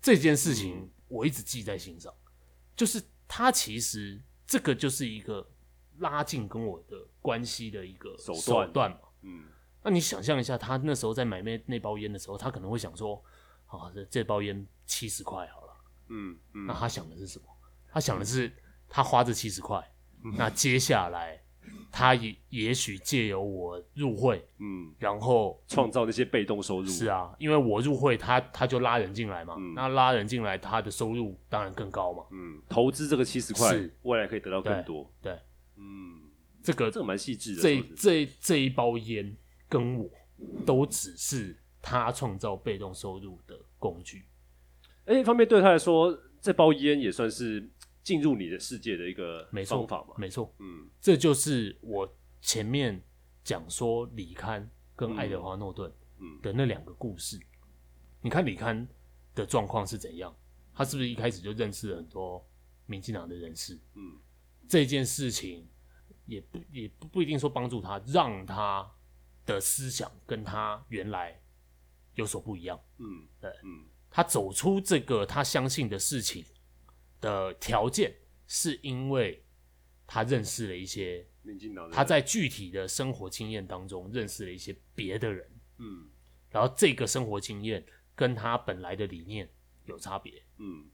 [SPEAKER 2] 这件事情
[SPEAKER 3] 嗯
[SPEAKER 2] 我一直记在心上，就是他其实这个就是一个拉近跟我的关系的一个
[SPEAKER 3] 手段
[SPEAKER 2] 手段嘛。
[SPEAKER 3] 嗯
[SPEAKER 2] 那你想象一下，他那时候在买那那包烟的时候，他可能会想说：啊，这这包烟七十块好了。
[SPEAKER 3] 嗯
[SPEAKER 2] 那
[SPEAKER 3] 嗯，
[SPEAKER 2] 他想的是什么？他想的是他花这七十块，
[SPEAKER 3] 嗯
[SPEAKER 2] 那接下来他也也许借由我入会，
[SPEAKER 3] 嗯，
[SPEAKER 2] 然后
[SPEAKER 3] 创造那些被动收入，
[SPEAKER 2] 是啊，因为我入会他，他就拉人进来嘛，
[SPEAKER 3] 嗯
[SPEAKER 2] 那拉人进来，他的收入当然更高嘛。
[SPEAKER 3] 嗯，投资这个七十块
[SPEAKER 2] 是，
[SPEAKER 3] 未来可以得到更多。
[SPEAKER 2] 对，
[SPEAKER 3] 嗯，
[SPEAKER 2] 这个
[SPEAKER 3] 这个蛮细致的。
[SPEAKER 2] 这
[SPEAKER 3] 说实
[SPEAKER 2] 这这一包烟跟我都只是他创造被动收入的工具。
[SPEAKER 3] 而且一方面对他来说，这包烟也算是进入你的世界的一个
[SPEAKER 2] 没错
[SPEAKER 3] 方法嘛。
[SPEAKER 2] 没错，
[SPEAKER 3] 嗯
[SPEAKER 2] 这就是我前面讲说李刊跟爱德华诺顿
[SPEAKER 3] 嗯
[SPEAKER 2] 的那两个故事。你看李刊的状况是怎样？他是不是一开始就认识了很多民进党的人士？
[SPEAKER 3] 嗯
[SPEAKER 2] 这件事情也不也不不一定说帮助他，让他的思想跟他原来有所不一样。
[SPEAKER 3] 嗯，
[SPEAKER 2] 对
[SPEAKER 3] 嗯，
[SPEAKER 2] 他走出这个他相信的事情的条件，是因为他认识了一些
[SPEAKER 3] 民进党的
[SPEAKER 2] 他在具体的生活经验当中认识了一些别的人，
[SPEAKER 3] 嗯
[SPEAKER 2] 然后这个生活经验跟他本来的理念有差别。
[SPEAKER 3] 嗯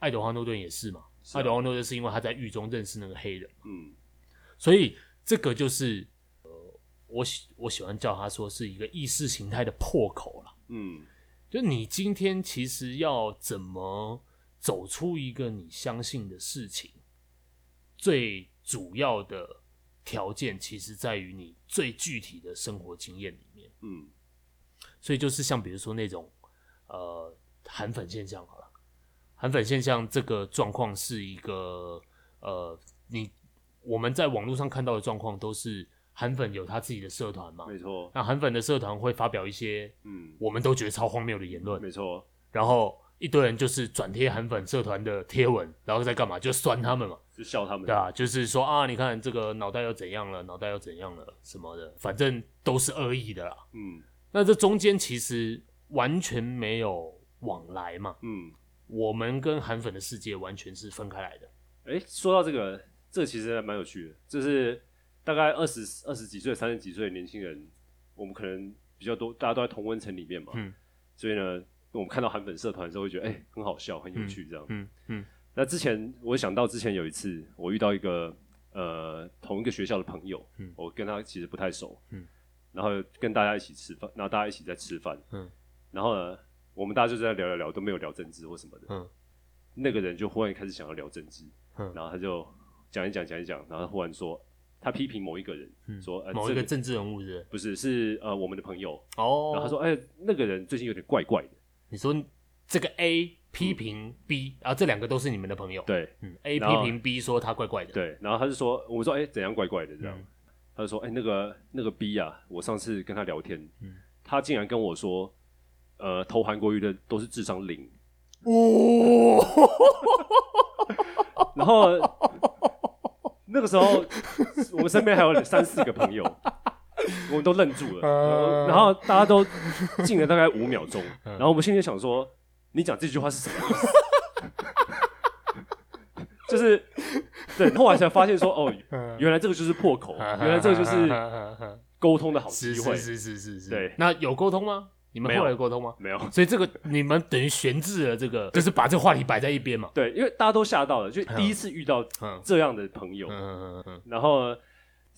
[SPEAKER 2] 爱德华诺顿也是嘛，
[SPEAKER 3] 是啊
[SPEAKER 2] 爱德华诺顿是因为他在狱中认识那个黑人，
[SPEAKER 3] 嗯
[SPEAKER 2] 所以这个就是呃，我喜我喜欢叫他说是一个意识形态的破口啦。
[SPEAKER 3] 嗯
[SPEAKER 2] 就你今天其实要怎么走出一个你相信的事情，最主要的条件其实在于你最具体的生活经验里面。
[SPEAKER 3] 嗯
[SPEAKER 2] 所以就是像比如说那种呃韩粉现象好了，韩粉现象这个状况是一个呃你我们在网络上看到的状况都是韩粉有他自己的社团嘛，
[SPEAKER 3] 没错，
[SPEAKER 2] 那韩粉的社团会发表一些
[SPEAKER 3] 嗯
[SPEAKER 2] 我们都觉得超荒谬的言论，
[SPEAKER 3] 没错，
[SPEAKER 2] 然后一堆人就是转贴韩粉社团的贴文，然后在干嘛？就酸他们嘛，
[SPEAKER 3] 就笑他们
[SPEAKER 2] 对，啊，就是说啊，你看这个脑袋又怎样了，脑袋又怎样了什么的，反正都是恶意的啦。
[SPEAKER 3] 嗯
[SPEAKER 2] 那这中间其实完全没有往来嘛，
[SPEAKER 3] 嗯，
[SPEAKER 2] 我们跟韩粉的世界完全是分开来的。
[SPEAKER 3] 哎、说到这个，这个其实还蛮有趣的，就是大概二十二十几岁、三十几岁的年轻人，我们可能比较多，大家都在同温层里面嘛，
[SPEAKER 2] 嗯，
[SPEAKER 3] 所以呢，我们看到韩粉社团的时候，会觉得哎、很好笑，很有趣这样。
[SPEAKER 2] 嗯嗯
[SPEAKER 3] 那之前我想到之前有一次，我遇到一个呃同一个学校的朋友，
[SPEAKER 2] 嗯
[SPEAKER 3] 我跟他其实不太熟，
[SPEAKER 2] 嗯
[SPEAKER 3] 然后跟大家一起吃饭，然后大家一起在吃饭，
[SPEAKER 2] 嗯
[SPEAKER 3] 然后呢，我们大家就在聊聊聊，都没有聊政治或什么的，
[SPEAKER 2] 嗯
[SPEAKER 3] 那个人就忽然开始想要聊政治，
[SPEAKER 2] 嗯
[SPEAKER 3] 然后他就讲一讲讲一讲，然后忽然说他批评某一个人，
[SPEAKER 2] 嗯，
[SPEAKER 3] 说、呃、
[SPEAKER 2] 某一个
[SPEAKER 3] 这
[SPEAKER 2] 政治人物是不是
[SPEAKER 3] 不是是呃我们的朋友，
[SPEAKER 2] 哦，
[SPEAKER 3] 然后他说哎、那个人最近有点怪怪的，
[SPEAKER 2] 你说这个 A 批评 B，然后这两个都是你们的朋友，，
[SPEAKER 3] 嗯对
[SPEAKER 2] 嗯，A 批
[SPEAKER 3] 然后
[SPEAKER 2] 评 B 说他怪怪的，，
[SPEAKER 3] 对，然后他就说我说哎、怎样怪怪的这样，
[SPEAKER 2] 嗯
[SPEAKER 3] 他就说哎、那个那个 B 啊，我上次跟他聊天，
[SPEAKER 2] 嗯
[SPEAKER 3] 他竟然跟我说呃投韩国瑜的都是智商零，
[SPEAKER 2] 哦，
[SPEAKER 3] 然后那个时候，我们身边还有三四个朋友，我们都愣住了，
[SPEAKER 2] 呃
[SPEAKER 3] 然后大家都静了大概五秒钟，
[SPEAKER 2] 嗯
[SPEAKER 3] 然后我们心里想说：“你讲这句话是什么意思？” *laughs* 就是对，后来才发现说：“哦，
[SPEAKER 2] 嗯
[SPEAKER 3] 原来这个就是破口，原来这
[SPEAKER 2] *laughs*
[SPEAKER 3] 个就是沟通的好
[SPEAKER 2] 是
[SPEAKER 3] 机会
[SPEAKER 2] 嗯是。是是是是，
[SPEAKER 3] 对
[SPEAKER 2] 那有沟通吗？你们
[SPEAKER 3] 没有
[SPEAKER 2] 后来有沟通吗”？
[SPEAKER 3] 没有
[SPEAKER 2] 所以这个你们等于悬置了这个，就是把这个话题摆在一边嘛，
[SPEAKER 3] 对，因为大家都吓到了，就第一次遇到
[SPEAKER 2] 嗯
[SPEAKER 3] 这样的朋友，
[SPEAKER 2] 嗯嗯嗯
[SPEAKER 3] 然后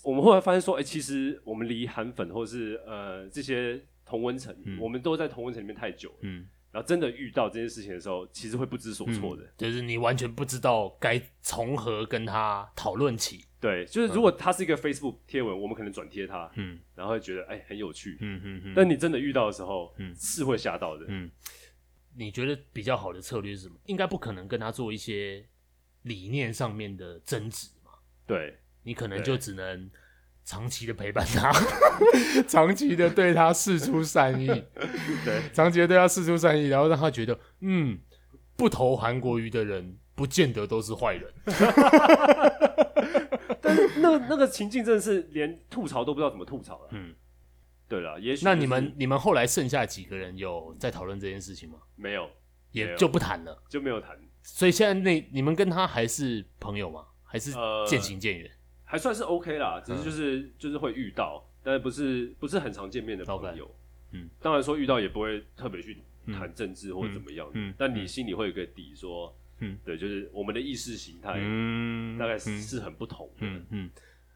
[SPEAKER 3] 我们后来发现说，哎、其实我们离韩粉或是呃这些同温层，
[SPEAKER 2] 嗯
[SPEAKER 3] 我们都在同温层里面太久了。
[SPEAKER 2] 嗯，
[SPEAKER 3] 然后真的遇到这件事情的时候，其实会不知所措的。
[SPEAKER 2] 嗯就是你完全不知道该从何跟他讨论起，
[SPEAKER 3] 对，就是如果它是一个 Facebook 贴文，我们可能转贴它，
[SPEAKER 2] 嗯
[SPEAKER 3] 然后会觉得哎、很有趣。
[SPEAKER 2] 嗯嗯嗯
[SPEAKER 3] 但你真的遇到的时候，
[SPEAKER 2] 嗯
[SPEAKER 3] 是会吓到的。
[SPEAKER 2] 嗯，你觉得比较好的策略是什么？应该不可能跟他做一些理念上面的争执嘛，
[SPEAKER 3] 对，
[SPEAKER 2] 你可能
[SPEAKER 3] 对
[SPEAKER 2] 就只能长期的陪伴他， *laughs* 长期的对他示出善意， *laughs*
[SPEAKER 3] 对，
[SPEAKER 2] 长期的对他示出善意，然后让他觉得，嗯，不投韩国瑜的人不见得都是坏人，
[SPEAKER 3] 但是那那个情境真的是连吐槽都不知道怎么吐槽了。
[SPEAKER 2] 嗯。
[SPEAKER 3] 对了，也许
[SPEAKER 2] 那
[SPEAKER 3] 就
[SPEAKER 2] 你
[SPEAKER 3] 是
[SPEAKER 2] 们你们后来剩下几个人有在讨论这件事情吗？
[SPEAKER 3] 没有没
[SPEAKER 2] 也
[SPEAKER 3] 有
[SPEAKER 2] 就不谈了。
[SPEAKER 3] 就没有谈，
[SPEAKER 2] 所以现在那你们跟他还是朋友吗？还是
[SPEAKER 3] 呃
[SPEAKER 2] 渐行渐远？
[SPEAKER 3] 还算是 OK 啦，只
[SPEAKER 2] 嗯
[SPEAKER 3] 是就是、就是会遇到，但是不是不是很常见面的朋友。
[SPEAKER 2] 嗯，
[SPEAKER 3] 当然说遇到也不会特别去谈
[SPEAKER 2] 嗯
[SPEAKER 3] 政治或者怎么样，
[SPEAKER 2] 嗯嗯
[SPEAKER 3] 但你心里会有个底说，
[SPEAKER 2] 嗯
[SPEAKER 3] 对，就是我们的意识形态
[SPEAKER 2] 嗯
[SPEAKER 3] 大概是,、是很不同的。
[SPEAKER 2] 嗯嗯，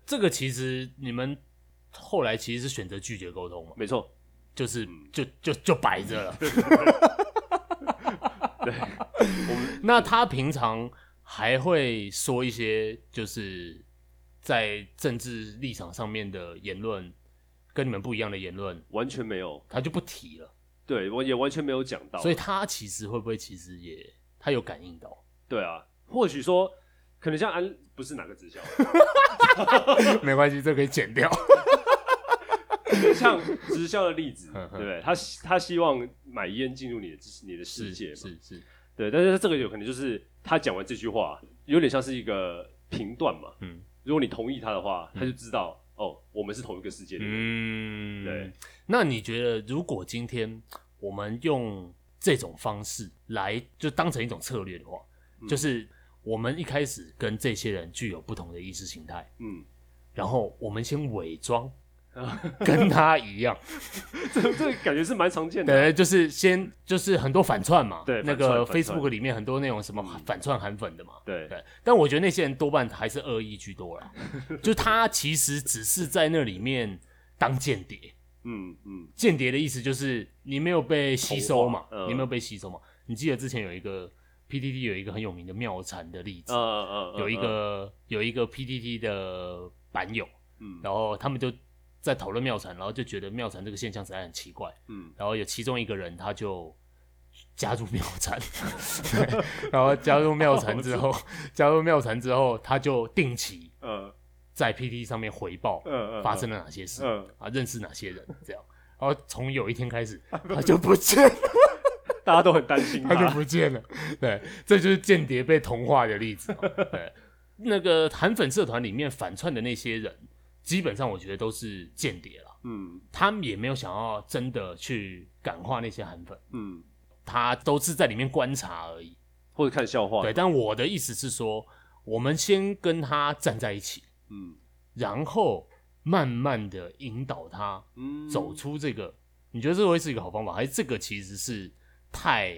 [SPEAKER 2] 这个其实你们后来其实是选择拒绝沟通嘛，
[SPEAKER 3] 没错，
[SPEAKER 2] 就是
[SPEAKER 3] 嗯
[SPEAKER 2] 就就就摆着了。
[SPEAKER 3] 对，我们
[SPEAKER 2] 那他平常还会说一些就是在政治立场上面的言论，跟你们不一样的言论，
[SPEAKER 3] 完全没有，
[SPEAKER 2] 他就不提了。
[SPEAKER 3] 对我也完全没有讲到，
[SPEAKER 2] 所以他其实会不会其实也他有感应到？
[SPEAKER 3] 对啊，或许说可能像安不是哪个直销，啊
[SPEAKER 2] 没关系，这可以剪掉。
[SPEAKER 3] 像直销的例子，
[SPEAKER 2] *laughs*
[SPEAKER 3] 对
[SPEAKER 2] 嗯
[SPEAKER 3] 不对？他他希望买烟进入你的你的世
[SPEAKER 2] 是
[SPEAKER 3] 界嘛，
[SPEAKER 2] 是是，
[SPEAKER 3] 对，但是这个有可能就是他讲完这句话，有点像是一个评断嘛。
[SPEAKER 2] 嗯
[SPEAKER 3] 如果你同意他的话，他就知道、哦，我们是同一个世界的人。
[SPEAKER 2] 嗯
[SPEAKER 3] 对。
[SPEAKER 2] 那你觉得，如果今天我们用这种方式来就当成一种策略的话，就是我们一开始跟这些人具有不同的意识形态，
[SPEAKER 3] 嗯，
[SPEAKER 2] 然后我们先伪装。 *laughs* 跟他一
[SPEAKER 3] *laughs*
[SPEAKER 2] 样，
[SPEAKER 3] 这这感觉是蛮常见的。
[SPEAKER 2] 对，就是先就是很多反串嘛，
[SPEAKER 3] 对
[SPEAKER 2] 那
[SPEAKER 3] 反
[SPEAKER 2] 个
[SPEAKER 3] 串反串嗯
[SPEAKER 2] Facebook 里面很多那种什么反串韩粉的嘛，
[SPEAKER 3] 对，
[SPEAKER 2] 对，但我觉得那些人多半还是恶意居多
[SPEAKER 3] *laughs*
[SPEAKER 2] 啦，就他其实只是在那里面当间谍。
[SPEAKER 3] 嗯嗯，
[SPEAKER 2] 间谍的意思就是你没有被吸收嘛，
[SPEAKER 3] 同化嗯
[SPEAKER 2] 你没有被吸收嘛。你记得之前有一个 PTT 有一个很有名的妙禅的例子，
[SPEAKER 3] 呃呃，呃
[SPEAKER 2] 有一，个有一个 PTT 的版友，
[SPEAKER 3] 嗯
[SPEAKER 2] 然后他们就在讨论妙禅，然后就觉得妙禅这个现象实在很奇怪，
[SPEAKER 3] 嗯
[SPEAKER 2] 然后有其中一个人他就加入妙 *laughs* 禅，对然后加入妙禅之后，加入妙禅之后，他就定期
[SPEAKER 3] 呃
[SPEAKER 2] 在 PT 上面回报
[SPEAKER 3] 呃呃，
[SPEAKER 2] 发生了哪些事
[SPEAKER 3] 嗯
[SPEAKER 2] 啊，认识哪些人这样。然后从有一天开始，他就不见了，
[SPEAKER 3] 大家都很担心
[SPEAKER 2] 啊 *laughs* 他就
[SPEAKER 3] 他。
[SPEAKER 2] 不见了。对，这就是间谍被同化的例子嘛。对，那个韩粉社团里面反串的那些人，基本上我觉得都是间谍了。
[SPEAKER 3] 嗯
[SPEAKER 2] 他们也没有想要真的去感化那些韩粉，
[SPEAKER 3] 嗯，
[SPEAKER 2] 他都是在里面观察而已。
[SPEAKER 3] 或者看笑话。
[SPEAKER 2] 对，，但我的意思是说，我们先跟他站在一起，
[SPEAKER 3] 嗯
[SPEAKER 2] 然后慢慢的引导他
[SPEAKER 3] 嗯，
[SPEAKER 2] 走出这个。你觉得这会是一个好方法，还是这个其实是太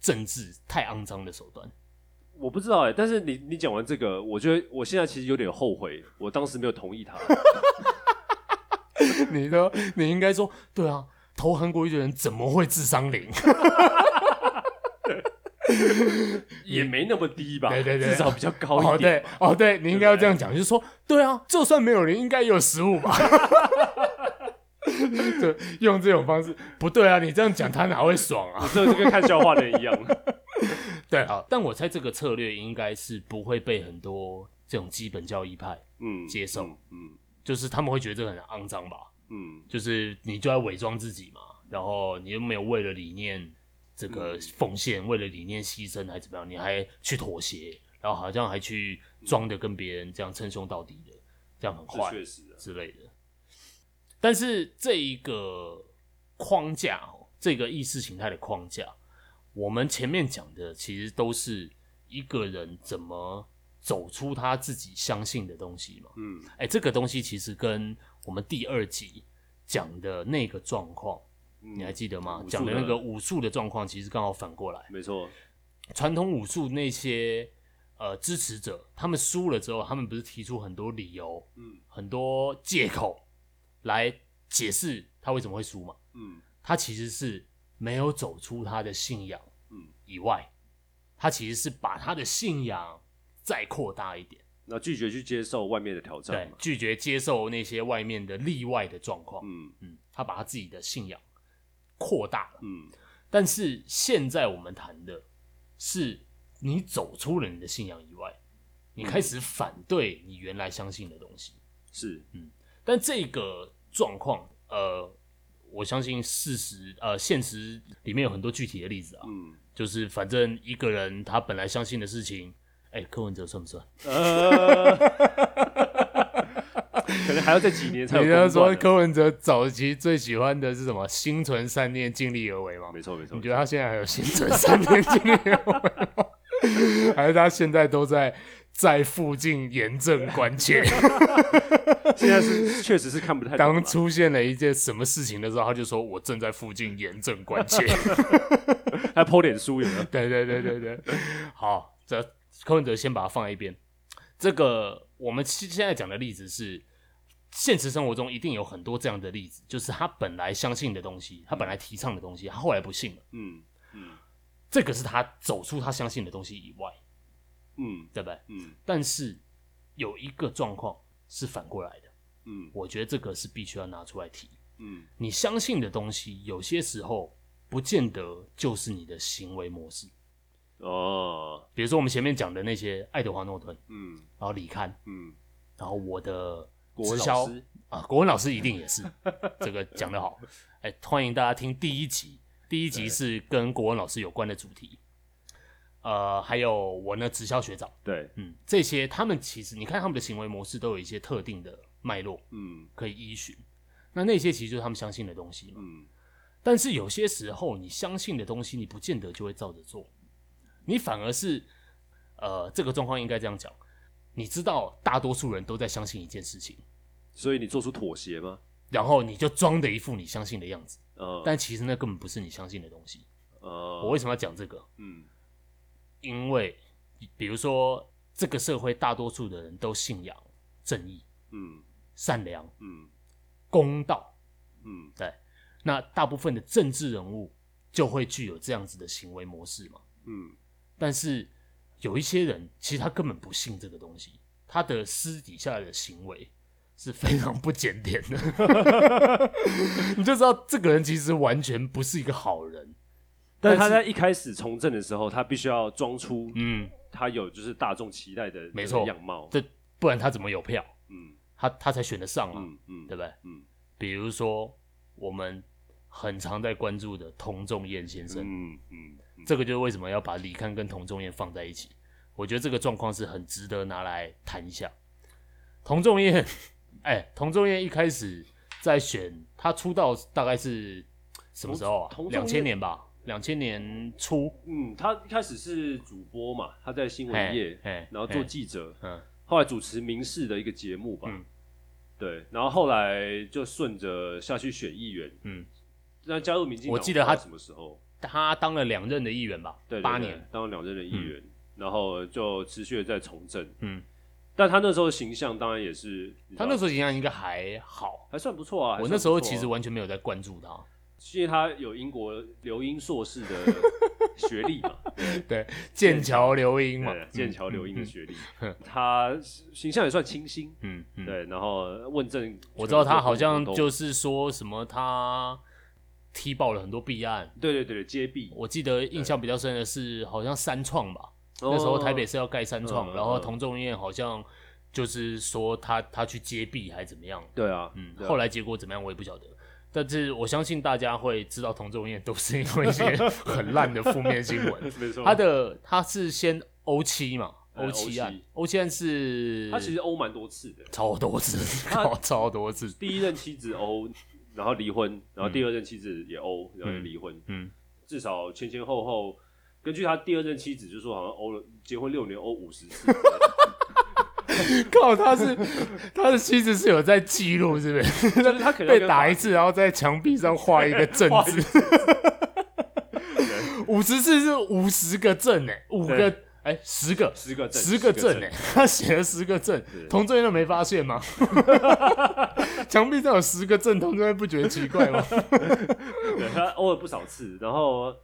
[SPEAKER 2] 政治、太肮脏的手段？
[SPEAKER 3] 我不知道哎、但是你你讲完这个，我觉得我现在其实有点后悔，我当时没有同意他。
[SPEAKER 2] *laughs* *laughs* 你说，你应该说，对啊，投韩国瑜的人怎么会智商零？
[SPEAKER 3] 也没那么低吧，
[SPEAKER 2] 对对对
[SPEAKER 3] 至少比较高
[SPEAKER 2] 哦，
[SPEAKER 3] 一点。
[SPEAKER 2] 对，哦，对，你应该要
[SPEAKER 3] 对不对
[SPEAKER 2] 这样讲，就是说，对啊，就算没有人，应该也有食物吧。 *laughs* 对，用这种方式不对啊！你这样讲，他哪会爽啊？
[SPEAKER 3] 哦这就跟看笑话
[SPEAKER 2] *laughs*
[SPEAKER 3] 的人一样。
[SPEAKER 2] 对啊，但我猜这个策略应该是不会被很多这种基本教义派，
[SPEAKER 3] 嗯，
[SPEAKER 2] 接受
[SPEAKER 3] 嗯
[SPEAKER 2] 就是他们会觉得这个很肮脏吧？
[SPEAKER 3] 嗯
[SPEAKER 2] 就是你就要伪装自己嘛，然后你又没有为了理念这个奉献，为了理念牺牲还怎么样，你还去妥协，然后好像还去装的跟别人这样称兄道弟的，这样很
[SPEAKER 3] 这
[SPEAKER 2] 坏
[SPEAKER 3] 确实啊。
[SPEAKER 2] 之类的。但是这一个框架哦，这个意识形态的框架，我们前面讲的其实都是一个人怎么走出他自己相信的东西嘛。
[SPEAKER 3] 嗯
[SPEAKER 2] 哎、这个东西其实跟我们第二集讲的那个状况，
[SPEAKER 3] 嗯
[SPEAKER 2] 你还记得吗
[SPEAKER 3] 武？术
[SPEAKER 2] 讲的那
[SPEAKER 3] 的
[SPEAKER 2] 个武术的状况，其实刚好反过来。
[SPEAKER 3] 没错，
[SPEAKER 2] 传统武术那些呃支持者，他们输了之后，他们不是提出很多理由，
[SPEAKER 3] 嗯
[SPEAKER 2] 很多借口来解释他为什么会输嘛？
[SPEAKER 3] 嗯
[SPEAKER 2] 他其实是没有走出他的信仰
[SPEAKER 3] 嗯，
[SPEAKER 2] 以外，他其实是把他的信仰再扩大一点。
[SPEAKER 3] 那拒绝去接受外面的挑战
[SPEAKER 2] 对
[SPEAKER 3] 嘛，。
[SPEAKER 2] 拒绝接受那些外面的例外的状况。
[SPEAKER 3] 嗯
[SPEAKER 2] 嗯，他把他自己的信仰扩大了。
[SPEAKER 3] 嗯
[SPEAKER 2] 但是现在我们谈的是，你走出了你的信仰以外，你开始反对你原来相信的东西。
[SPEAKER 3] 是
[SPEAKER 2] 但这个状况，呃，我相信事实，呃，现实里面有很多具体的例子啊，
[SPEAKER 3] 嗯
[SPEAKER 2] 就是反正一个人他本来相信的事情，哎、柯文哲算不算？
[SPEAKER 3] 呃，可能还要再几年才有
[SPEAKER 2] 你
[SPEAKER 3] 公
[SPEAKER 2] 要
[SPEAKER 3] 断
[SPEAKER 2] 说
[SPEAKER 3] 啊
[SPEAKER 2] 柯文哲早期最喜欢的是什么？心存善念，尽力而为吗？
[SPEAKER 3] 没错没错，
[SPEAKER 2] 你觉得他现在还有心存善念，尽力而为 *laughs* 吗？还是他现在都在在附近严阵关切？ *laughs*
[SPEAKER 3] 现在是确实是看不太懂
[SPEAKER 2] 当
[SPEAKER 3] 了
[SPEAKER 2] 出现了一件什么事情的时候，他就说我正在附近严阵关切。
[SPEAKER 3] 还剖脸书有没
[SPEAKER 2] *laughs*
[SPEAKER 3] 有？
[SPEAKER 2] 对对对对对，好，这柯文哲先把它放在一边。这个我们现现在讲的例子是，现实生活中一定有很多这样的例子，就是他本来相信的东西，他本来提倡的东西，他后来不信了。
[SPEAKER 3] 嗯嗯
[SPEAKER 2] 这个是他走出他相信的东西以外，
[SPEAKER 3] 嗯
[SPEAKER 2] 对不对？
[SPEAKER 3] 嗯
[SPEAKER 2] 但是有一个状况是反过来的，
[SPEAKER 3] 嗯
[SPEAKER 2] 我觉得这个是必须要拿出来提。
[SPEAKER 3] 嗯
[SPEAKER 2] 你相信的东西，有些时候不见得就是你的行为模式。
[SPEAKER 3] 哦
[SPEAKER 2] 比如说我们前面讲的那些爱德华诺顿，
[SPEAKER 3] 嗯
[SPEAKER 2] 然后李刊，
[SPEAKER 3] 嗯，
[SPEAKER 2] 然后我的
[SPEAKER 3] 国文
[SPEAKER 2] 直销
[SPEAKER 3] 老师
[SPEAKER 2] 啊，国文老师一定也是 *laughs* 这个讲得好。哎，欢迎大家听第一集，第一集是跟国文老师有关的主题。呃，还有我呢，直销学长，
[SPEAKER 3] 对，
[SPEAKER 2] 嗯，这些他们其实你看他们的行为模式都有一些特定的脉络
[SPEAKER 3] 嗯
[SPEAKER 2] 可以依循，那那些其实就是他们相信的东西嘛。
[SPEAKER 3] 嗯
[SPEAKER 2] 但是有些时候，你相信的东西，你不见得就会照着做，你反而是，呃，这个状况应该这样讲，你知道大多数人都在相信一件事情，
[SPEAKER 3] 所以你做出妥协吗？
[SPEAKER 2] 然后你就装的一副你相信的样子，
[SPEAKER 3] 呃，
[SPEAKER 2] 但其实那根本不是你相信的东西。
[SPEAKER 3] 呃，
[SPEAKER 2] 我为什么要讲这个？
[SPEAKER 3] 嗯
[SPEAKER 2] 因为比如说，这个社会大多数的人都信仰正义、
[SPEAKER 3] 嗯
[SPEAKER 2] 善良、
[SPEAKER 3] 嗯
[SPEAKER 2] 公道，
[SPEAKER 3] 嗯
[SPEAKER 2] 对，那大部分的政治人物就会具有这样子的行为模式嘛。
[SPEAKER 3] 嗯
[SPEAKER 2] 但是有一些人，其实他根本不信这个东西，他的私底下的行为是非常不检点的， *laughs* 你就知道这个人其实完全不是一个好人。
[SPEAKER 3] 但
[SPEAKER 2] 但
[SPEAKER 3] 他
[SPEAKER 2] 是
[SPEAKER 3] 在一开始从政的时候，他必须要装出
[SPEAKER 2] 嗯，
[SPEAKER 3] 他有就是大众期待的
[SPEAKER 2] 没错
[SPEAKER 3] 样貌。
[SPEAKER 2] 这不然他怎么有票？
[SPEAKER 3] 嗯
[SPEAKER 2] 他他才选得上啊，
[SPEAKER 3] 嗯嗯，
[SPEAKER 2] 对不对？
[SPEAKER 3] 嗯
[SPEAKER 2] 比如说我们很常在关注的童仲彦先生，
[SPEAKER 3] 嗯嗯嗯
[SPEAKER 2] 这个就是为什么要把李康跟童仲彦放在一起。我觉得这个状况是很值得拿来谈一下。童仲彦， *laughs* 哎，童仲彦一开始在选他出道大概是什么时候啊
[SPEAKER 3] 童？童
[SPEAKER 2] 两
[SPEAKER 3] 仲
[SPEAKER 2] 千
[SPEAKER 3] 彦
[SPEAKER 2] 年吧，两千年初。
[SPEAKER 3] 嗯，他一开始是主播嘛，他在新闻业
[SPEAKER 2] 嘿嘿，
[SPEAKER 3] 然后做
[SPEAKER 2] 嘿
[SPEAKER 3] 记者，
[SPEAKER 2] 嗯
[SPEAKER 3] 后来主持民视的一个节目吧
[SPEAKER 2] 嗯。
[SPEAKER 3] 对，然后后来就顺着下去选议员，
[SPEAKER 2] 嗯，
[SPEAKER 3] 那加入民进党，
[SPEAKER 2] 我记得他
[SPEAKER 3] 不知道什么时候？
[SPEAKER 2] 他当了两任的议员吧，
[SPEAKER 3] 对，对
[SPEAKER 2] 八
[SPEAKER 3] 对
[SPEAKER 2] 年。
[SPEAKER 3] 当两任的议员，然后就持续的在从政。
[SPEAKER 2] 嗯，
[SPEAKER 3] 但他那时候的形象当然也是，你知
[SPEAKER 2] 他
[SPEAKER 3] 道
[SPEAKER 2] 那时候形象应该还好。
[SPEAKER 3] 还算不错啊。
[SPEAKER 2] 我那时候其实
[SPEAKER 3] 我，
[SPEAKER 2] 完全没有在关注他，
[SPEAKER 3] 因为他有英国留英硕士
[SPEAKER 2] *laughs*
[SPEAKER 3] 的学历嘛，
[SPEAKER 2] 对，剑桥留英嘛
[SPEAKER 3] 嗯对，，剑桥留英的
[SPEAKER 2] 嗯
[SPEAKER 3] 学历，他形象也算清新。
[SPEAKER 2] 嗯嗯，
[SPEAKER 3] 对，然后问政，
[SPEAKER 2] 我知道他好像就是说什么他踢爆了很多弊案。
[SPEAKER 3] 对对对对接臂。
[SPEAKER 2] 我记得印象比较深的是，好像三创吧，那时候台北
[SPEAKER 3] 哦
[SPEAKER 2] 是要盖三创，
[SPEAKER 3] 嗯嗯
[SPEAKER 2] 然后
[SPEAKER 3] 嗯
[SPEAKER 2] 童仲彦好像就是说他他去接臂还怎么样，
[SPEAKER 3] 对啊，
[SPEAKER 2] 嗯，
[SPEAKER 3] 对啊
[SPEAKER 2] 后来结果怎么样我也不晓得。但是我相信大家会知道童仲彦都是因为一些 *laughs* 很烂的负面新闻。
[SPEAKER 3] *laughs* 没错，
[SPEAKER 2] 他的他是先欧七嘛，
[SPEAKER 3] 嗯
[SPEAKER 2] 欧七案
[SPEAKER 3] 啊欧七，
[SPEAKER 2] 欧七案是
[SPEAKER 3] 他其实欧蛮多次的，
[SPEAKER 2] 超多次，
[SPEAKER 3] 他
[SPEAKER 2] 搞超多次，
[SPEAKER 3] 第一任妻子欧，然后离婚，然后第二任妻子也欧，然后也离婚，
[SPEAKER 2] 嗯，
[SPEAKER 3] 至少前前后后，根据他第二任妻子就说，好像欧了结婚六年欧五十
[SPEAKER 2] *laughs*
[SPEAKER 3] 次，
[SPEAKER 2] 靠，他是 *laughs* 他的妻子是有在记录，是不是？
[SPEAKER 3] 就是 *laughs* 他可能要
[SPEAKER 2] 被
[SPEAKER 3] 跟
[SPEAKER 2] 打
[SPEAKER 3] 法
[SPEAKER 2] 一次，然后在墙壁上画一个正
[SPEAKER 3] 画一
[SPEAKER 2] 字， *laughs* 五十次是五十个正哎、五个哎、十个
[SPEAKER 3] 十个证，
[SPEAKER 2] 十个正哎、他写了十个正，童正都没发现
[SPEAKER 3] *laughs*
[SPEAKER 2] 吗？墙壁上有十个正，童正不觉得奇怪吗？ *laughs*
[SPEAKER 3] 对他欧了不少次，然后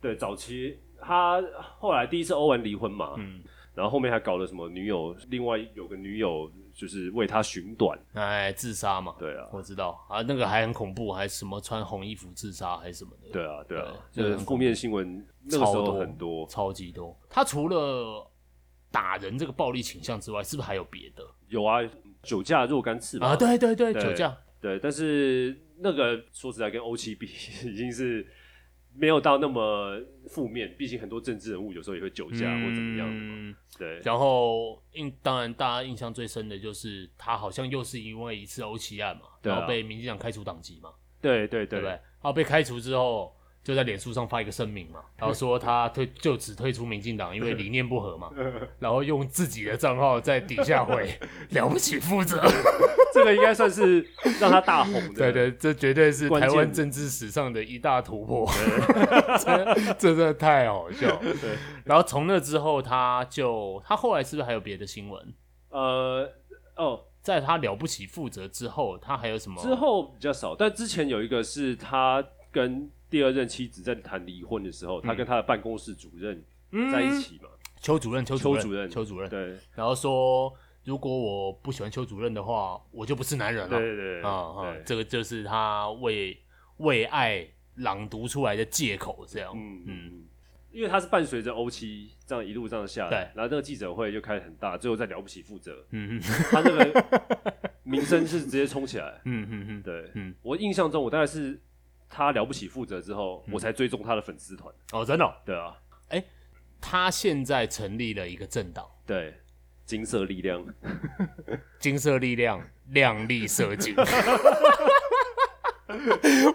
[SPEAKER 3] 对早期他后来第一次欧完离婚嘛，
[SPEAKER 2] 嗯
[SPEAKER 3] 然后后面还搞了什么女友，另外有个女友就是为他寻短，
[SPEAKER 2] 哎，自杀嘛，
[SPEAKER 3] 对啊。
[SPEAKER 2] 我知道啊，那个还很恐怖，还什么穿红衣服自杀还是什么的，
[SPEAKER 3] 对啊，对啊，
[SPEAKER 2] 对
[SPEAKER 3] 就是负面新闻那个时候很多，
[SPEAKER 2] 超级多。他除了打人这个暴力倾向之外，是不是还有别的？
[SPEAKER 3] 有啊，酒驾若干次吧
[SPEAKER 2] 啊，对对对，
[SPEAKER 3] 对
[SPEAKER 2] 酒驾，
[SPEAKER 3] 对，但是那个说实在跟欧七比， *laughs* 已经是没有到那么负面，毕竟很多政治人物有时候也会酒驾或怎么样的嘛。
[SPEAKER 2] 嗯
[SPEAKER 3] 对，
[SPEAKER 2] 然后印当然大家印象最深的就是他好像又是因为一次欧七案嘛，
[SPEAKER 3] 对啊
[SPEAKER 2] 然后被民进党开除党籍嘛，
[SPEAKER 3] 对
[SPEAKER 2] 对
[SPEAKER 3] 对对
[SPEAKER 2] 不对？然后被开除之后。就在脸书上发一个声明嘛，然后说他退就此退出民进党，因
[SPEAKER 3] *laughs*
[SPEAKER 2] 为理念不合嘛，然后用自己的账号在底下 *laughs* 回了不起负责，
[SPEAKER 3] 这个应该算是让他大红
[SPEAKER 2] 对
[SPEAKER 3] 的。
[SPEAKER 2] 对，这绝对是
[SPEAKER 3] 关
[SPEAKER 2] 台
[SPEAKER 3] 键
[SPEAKER 2] 湾政治史上的一大突破， *laughs* 这这真的太好笑了。然后从那之后，他就他后来是不是还有别的新闻？
[SPEAKER 3] 呃，哦，
[SPEAKER 2] 在他了不起负责之后，他还有什么？
[SPEAKER 3] 之后比较少，但之前有一个是他跟第二任妻子在谈离婚的时候，
[SPEAKER 2] 嗯
[SPEAKER 3] 他跟他的办公室主任在一起嘛。
[SPEAKER 2] 邱主任，邱
[SPEAKER 3] 邱
[SPEAKER 2] 主
[SPEAKER 3] 主任，
[SPEAKER 2] 邱主任，
[SPEAKER 3] 对
[SPEAKER 2] 然后说如果我不喜欢邱主任的话，我就不是男人
[SPEAKER 3] 对
[SPEAKER 2] 了。
[SPEAKER 3] 对对，
[SPEAKER 2] 啊啊
[SPEAKER 3] 对，
[SPEAKER 2] 这个就是他为为爱朗读出来的借口，这样。
[SPEAKER 3] 嗯
[SPEAKER 2] 嗯，
[SPEAKER 3] 嗯，因为他是伴随着欧七这样一路这样下
[SPEAKER 2] 对
[SPEAKER 3] 来，然后这个记者会就开得很大，最后再了不起负责，
[SPEAKER 2] 嗯
[SPEAKER 3] 他那个 *laughs* 名声是直接冲起来。
[SPEAKER 2] 嗯嗯嗯，
[SPEAKER 3] 对，
[SPEAKER 2] 嗯
[SPEAKER 3] 我印象中我大概是他了不起负责之后，
[SPEAKER 2] 嗯
[SPEAKER 3] 我才追踪他的粉丝团。
[SPEAKER 2] 哦，真的哦、
[SPEAKER 3] 对啊，
[SPEAKER 2] 他现在成立了一个政党。
[SPEAKER 3] 对，金色力量，
[SPEAKER 2] 金色力量，亮丽射精。 *laughs*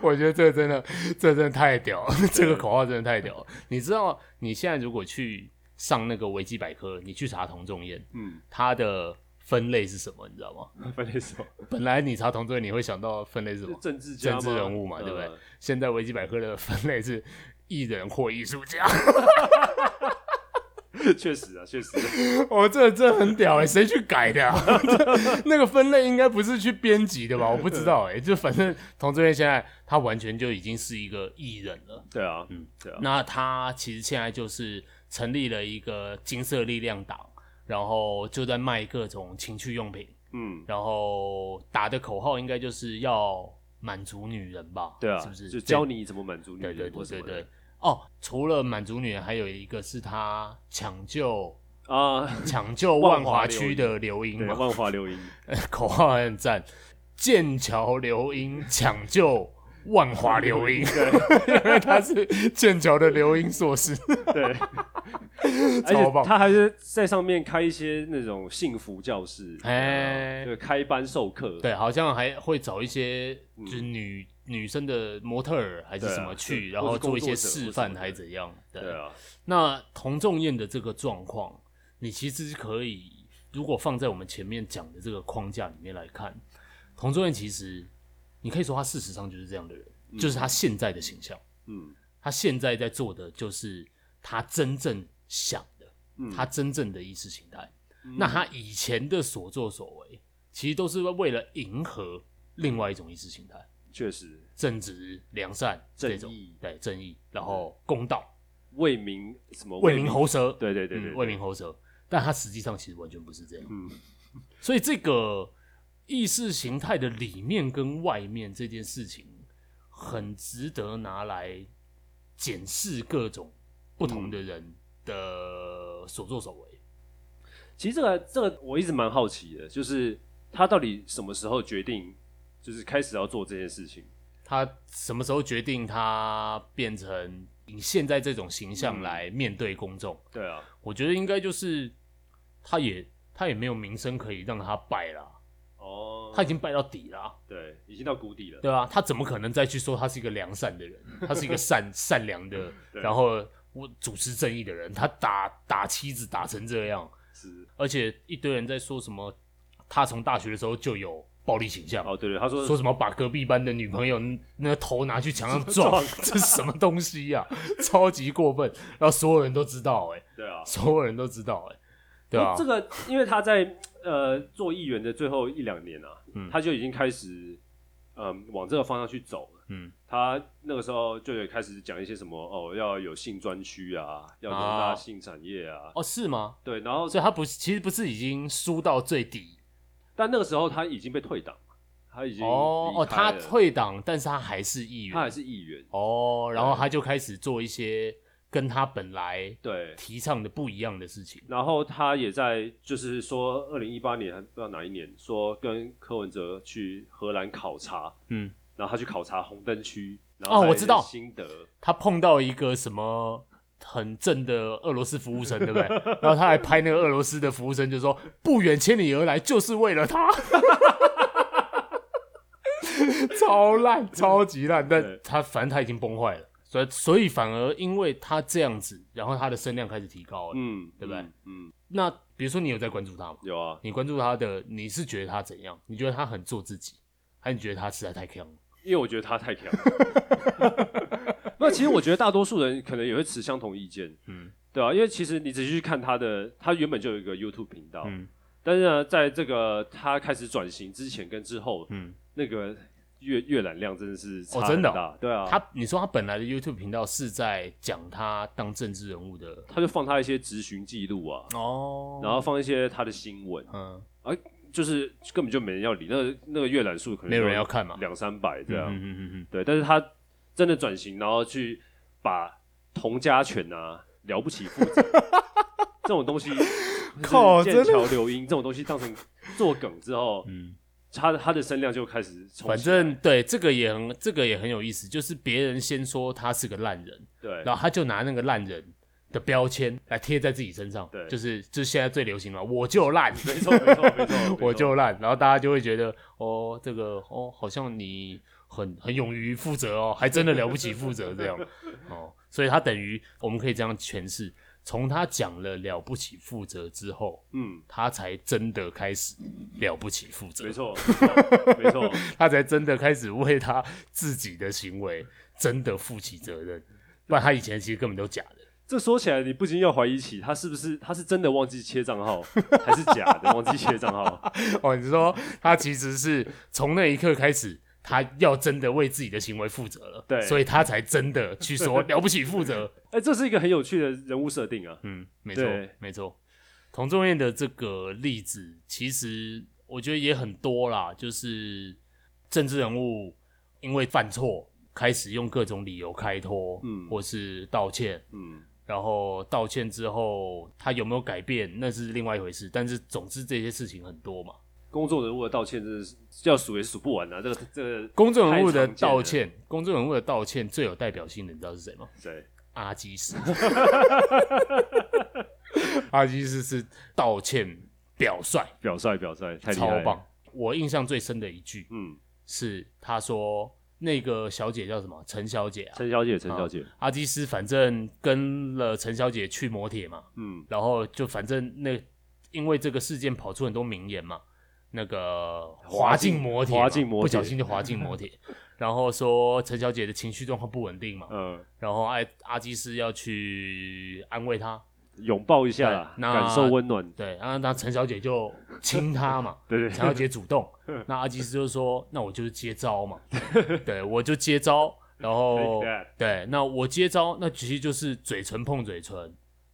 [SPEAKER 2] 我觉得这个真的，这个真的太屌了，这个口号真的太屌了。你知道，你现在如果去上那个维基百科，你去查同仲彦，
[SPEAKER 3] *laughs* 嗯，
[SPEAKER 2] 它的分类是什么？你知道吗？
[SPEAKER 3] 分类什么？
[SPEAKER 2] 本来你查同仲彦，你会想到分类是什么？
[SPEAKER 3] 哦政治
[SPEAKER 2] 政
[SPEAKER 3] 家吗
[SPEAKER 2] 治人物嘛，对不对
[SPEAKER 3] 呃？
[SPEAKER 2] 现在维基百科的分类是艺人或艺术家，
[SPEAKER 3] *laughs* 确实啊，确实。
[SPEAKER 2] 我哦这这很屌哎、谁去改的、啊？ *laughs* 这那个分类应该不是去编辑的吧？我不知道哎、就反正同志院现在他完全就已经是一个艺人了。
[SPEAKER 3] 对啊，嗯，对啊，
[SPEAKER 2] 那他其实现在就是成立了一个金色力量党，然后就在卖各种情趣用品，
[SPEAKER 3] 嗯，
[SPEAKER 2] 然后打的口号应该就是要满足女人吧？
[SPEAKER 3] 对啊，
[SPEAKER 2] 是不是？
[SPEAKER 3] 就教你怎么满足女
[SPEAKER 2] 对对
[SPEAKER 3] 人或
[SPEAKER 2] 对
[SPEAKER 3] 什
[SPEAKER 2] 对
[SPEAKER 3] 么的
[SPEAKER 2] 对。哦，除了满足女人，还有一个是他抢救 *laughs*
[SPEAKER 3] 啊，
[SPEAKER 2] 抢救万华区的流
[SPEAKER 3] 对，
[SPEAKER 2] 莺嘛，
[SPEAKER 3] 万华流
[SPEAKER 2] *laughs*
[SPEAKER 3] 音，
[SPEAKER 2] 口号很赞，剑桥流莺抢救万华流莺，因为 *laughs* 他是剑桥的流莺硕士，
[SPEAKER 3] *laughs* 对，而
[SPEAKER 2] 超
[SPEAKER 3] 且
[SPEAKER 2] 棒
[SPEAKER 3] 他还是在上面开一些那种幸福教室，
[SPEAKER 2] 哎
[SPEAKER 3] 对，啊开班授课，
[SPEAKER 2] 对，好像还会找一些就是女、女生的模特儿还是什么
[SPEAKER 3] 嗯对啊
[SPEAKER 2] 去，
[SPEAKER 3] 对
[SPEAKER 2] 然
[SPEAKER 3] 或
[SPEAKER 2] 后
[SPEAKER 3] 是工
[SPEAKER 2] 做
[SPEAKER 3] 作
[SPEAKER 2] 一些
[SPEAKER 3] 者或
[SPEAKER 2] 示
[SPEAKER 3] 什
[SPEAKER 2] 范
[SPEAKER 3] 么的
[SPEAKER 2] 还是怎样？对
[SPEAKER 3] 对啊，
[SPEAKER 2] 那童仲彦的这个状况，你其实是可以，如果放在我们前面讲的这个框架里面来看，童仲彦其实你可以说他事实上就是这样的人，就是他现在的形象，
[SPEAKER 3] 嗯
[SPEAKER 2] 他现在在做的就是他真正想的，
[SPEAKER 3] 嗯
[SPEAKER 2] 他真正的意识形态。那他以前的所作所为，其实都是为了迎合另外一种意识形态，
[SPEAKER 3] 确实
[SPEAKER 2] 正直、良善这种
[SPEAKER 3] 正义，
[SPEAKER 2] 对正义，然后公道。
[SPEAKER 3] 为民什么
[SPEAKER 2] 为民喉舌，
[SPEAKER 3] 对对对
[SPEAKER 2] 嗯
[SPEAKER 3] 对对
[SPEAKER 2] 为民喉舌。但他实际上其实完全不是这样，
[SPEAKER 3] 嗯
[SPEAKER 2] 所以这个意识形态的里面跟外面这件事情，很值得拿来检视各种不同的人的所作所为。
[SPEAKER 3] 其实这个这个我一直蛮好奇的，就是他到底什么时候决定，就是开始要做这件事情？
[SPEAKER 2] 他什么时候决定他变成以现在这种形象来面对公众？
[SPEAKER 3] 对啊，
[SPEAKER 2] 我觉得应该就是他也他也没有名声可以让他败啦，
[SPEAKER 3] 哦，
[SPEAKER 2] 他已经败到底啦。
[SPEAKER 3] 对，已经到谷底了。
[SPEAKER 2] 对啊，他怎么可能再去说他是一个良善的人？他是一个 *laughs* 善善良的，
[SPEAKER 3] 对
[SPEAKER 2] 然后我主持正义的人，他打打妻子打成这样，
[SPEAKER 3] 是
[SPEAKER 2] 而且一堆人在说什么，他从大学的时候就有暴力倾向，
[SPEAKER 3] 哦，对对，他说
[SPEAKER 2] 说什么把隔壁班的女朋友那个头拿去墙上撞， *laughs* 这是什么东西呀、 *laughs* 超级过分，然后所有人都知道、欸，哎，
[SPEAKER 3] 对啊，
[SPEAKER 2] 所有人都知道、欸，哎，对啊，
[SPEAKER 3] 这个因为他在呃做议员的最后一两年啊，
[SPEAKER 2] 嗯
[SPEAKER 3] 他就已经开始嗯、往这个方向去走了。
[SPEAKER 2] 嗯，
[SPEAKER 3] 他那个时候就有开始讲一些什么哦，要有性专区啊，要容
[SPEAKER 2] 啊
[SPEAKER 3] 纳性产业啊，
[SPEAKER 2] 哦是吗？
[SPEAKER 3] 对，然后
[SPEAKER 2] 所以他不是，其实不是已经输到最底
[SPEAKER 3] 但那个时候他已经被退党了，他已经
[SPEAKER 2] 哦
[SPEAKER 3] 离
[SPEAKER 2] 哦，
[SPEAKER 3] 开
[SPEAKER 2] 他
[SPEAKER 3] 了
[SPEAKER 2] 退党，但是他还是议员，
[SPEAKER 3] 他还是议员，
[SPEAKER 2] 哦，然后他就开始做一些跟他本来
[SPEAKER 3] 对，
[SPEAKER 2] 提倡的不一样的事情。
[SPEAKER 3] 然后他也在就是说二零一八年还不知道哪一年，说跟柯文哲去荷兰考察，
[SPEAKER 2] 嗯，
[SPEAKER 3] 然后他去考察红灯区，然
[SPEAKER 2] 哦
[SPEAKER 3] 后
[SPEAKER 2] 我知道
[SPEAKER 3] 心得，
[SPEAKER 2] 他碰到一个什么很正的俄罗斯服务生，对不
[SPEAKER 3] *laughs*
[SPEAKER 2] 对？然后他还拍那个俄罗斯的服务生，就说不远千里而来就是为了
[SPEAKER 3] *laughs*
[SPEAKER 2] 他。超烂，超级烂，但
[SPEAKER 3] 对
[SPEAKER 2] 他反正他已经崩坏了，所以所以反而因为他这样子，然后他的声量开始提高了。
[SPEAKER 3] 嗯，
[SPEAKER 2] 对不对
[SPEAKER 3] 嗯？嗯，
[SPEAKER 2] 那比如说你有在关注他吗？
[SPEAKER 3] 有啊，
[SPEAKER 2] 你关注他的，你是觉得他怎样？你觉得他很做自己，还是你觉得他实在太强了？
[SPEAKER 3] 因为我觉得他太
[SPEAKER 2] *laughs*
[SPEAKER 3] 强了。那其实我觉得大多数人可能也会持相同意见，
[SPEAKER 2] 嗯
[SPEAKER 3] 嗯，对啊，因为其实你仔细去看他的，他原本就有一个 YouTube 频道，
[SPEAKER 2] 嗯
[SPEAKER 3] 但是呢，在这个他开始转型之前跟之后，
[SPEAKER 2] 嗯，
[SPEAKER 3] 那个阅阅览量真的是差
[SPEAKER 2] 哦真的哦
[SPEAKER 3] 很大，对啊，
[SPEAKER 2] 他你说他本来的 YouTube 频道是在讲他当政治人物的
[SPEAKER 3] 他就放他一些执询记录啊，
[SPEAKER 2] 哦
[SPEAKER 3] 然后放一些他的新闻，
[SPEAKER 2] 嗯
[SPEAKER 3] 就是根本就没人要理，那个那个阅览数可能
[SPEAKER 2] 没有人
[SPEAKER 3] 就
[SPEAKER 2] 要看嘛
[SPEAKER 3] 两三百这
[SPEAKER 2] 嗯
[SPEAKER 3] 样，
[SPEAKER 2] 嗯嗯嗯，
[SPEAKER 3] 对，啊但是他真的转型，然后去把童家犬啊了不起
[SPEAKER 2] *laughs*
[SPEAKER 3] 负责这种东西，
[SPEAKER 2] 靠
[SPEAKER 3] 就是
[SPEAKER 2] 真的
[SPEAKER 3] 剑桥流音这种东西当成作梗之后，
[SPEAKER 2] 嗯
[SPEAKER 3] 他的他的声量就开始冲起来，
[SPEAKER 2] 反正对这个也很这个也很有意思，就是别人先说他是个烂人，
[SPEAKER 3] 对
[SPEAKER 2] 然后他就拿那个烂人的标签来贴在自己身上，
[SPEAKER 3] 对
[SPEAKER 2] 就是就是现在最流行嘛，我就
[SPEAKER 3] *laughs*
[SPEAKER 2] 烂，
[SPEAKER 3] 没错没错没错没错，
[SPEAKER 2] *laughs* 我就烂，然后大家就会觉得哦，这个哦，好像你很很勇于负责哦，还真的了不起负责这样哦，所以他等于我们可以这样诠释，从他讲了了不起负责之后，
[SPEAKER 3] 嗯，
[SPEAKER 2] 他才真的开始了不起负责
[SPEAKER 3] 没，错
[SPEAKER 2] *laughs*
[SPEAKER 3] 没错，没错
[SPEAKER 2] 他才真的开始为他自己的行为真的负起责任，不然他以前其实根本都假的。
[SPEAKER 3] 这说起来，你不禁要怀疑起他是不是他是真的忘记切账号，还是假的忘记切账号？ *laughs*
[SPEAKER 2] *laughs* 哦，你是说他其实是从那一刻开始，他要真的为自己的行为负责了，
[SPEAKER 3] 对
[SPEAKER 2] 所以他才真的去
[SPEAKER 3] *laughs*
[SPEAKER 2] 说了不起负责。
[SPEAKER 3] 哎，这是一个很有趣的人物设定啊。
[SPEAKER 2] 嗯，没错
[SPEAKER 3] 对，
[SPEAKER 2] 没错。同众恋的这个例子，其实我觉得也很多啦，就是政治人物因为犯错，开始用各种理由开脱，
[SPEAKER 3] 嗯
[SPEAKER 2] 或是道歉，
[SPEAKER 3] 嗯，
[SPEAKER 2] 然后道歉之后他有没有改变，那是另外一回事。但是总之这些事情很多嘛，
[SPEAKER 3] 公众人物的道歉真的是要数也数不完啊。这个这个
[SPEAKER 2] 公众人物的
[SPEAKER 3] 太常见了
[SPEAKER 2] 道歉，公众人物的道歉最有代表性的，你知道是谁吗？
[SPEAKER 3] 谁？
[SPEAKER 2] 阿基斯。 *laughs* 阿基斯是道歉表率，
[SPEAKER 3] *laughs* 表率表率，太厉害
[SPEAKER 2] 超
[SPEAKER 3] 了
[SPEAKER 2] 棒。。我印象最深的一句
[SPEAKER 3] 嗯，
[SPEAKER 2] 是，他说那个小姐叫什么？陈小姐啊。
[SPEAKER 3] 陈小姐，陈小姐，
[SPEAKER 2] 阿基斯反正跟了陈小姐去摩铁嘛，
[SPEAKER 3] 嗯，
[SPEAKER 2] 然后就反正那因为这个事件跑出很多名言嘛，那个
[SPEAKER 3] 滑
[SPEAKER 2] 滑
[SPEAKER 3] 进
[SPEAKER 2] 进摩铁嘛，
[SPEAKER 3] 滑进摩铁
[SPEAKER 2] 不小心就滑进摩铁，然后说陈小姐的情绪状况不稳定嘛，
[SPEAKER 3] 呃，
[SPEAKER 2] 然后艾阿基斯要去安慰她，
[SPEAKER 3] 拥抱一下啦，
[SPEAKER 2] 对那
[SPEAKER 3] 感受温暖。，
[SPEAKER 2] 对，然后那陈小姐就亲她嘛
[SPEAKER 3] *laughs* 对
[SPEAKER 2] 陈
[SPEAKER 3] 对
[SPEAKER 2] 小姐主动，
[SPEAKER 3] 嗯
[SPEAKER 2] 那阿基斯就说，那我就是接招嘛， *laughs* 对我就接招，然后
[SPEAKER 3] Take that
[SPEAKER 2] 对，那我接招，那其实就是嘴唇碰嘴唇，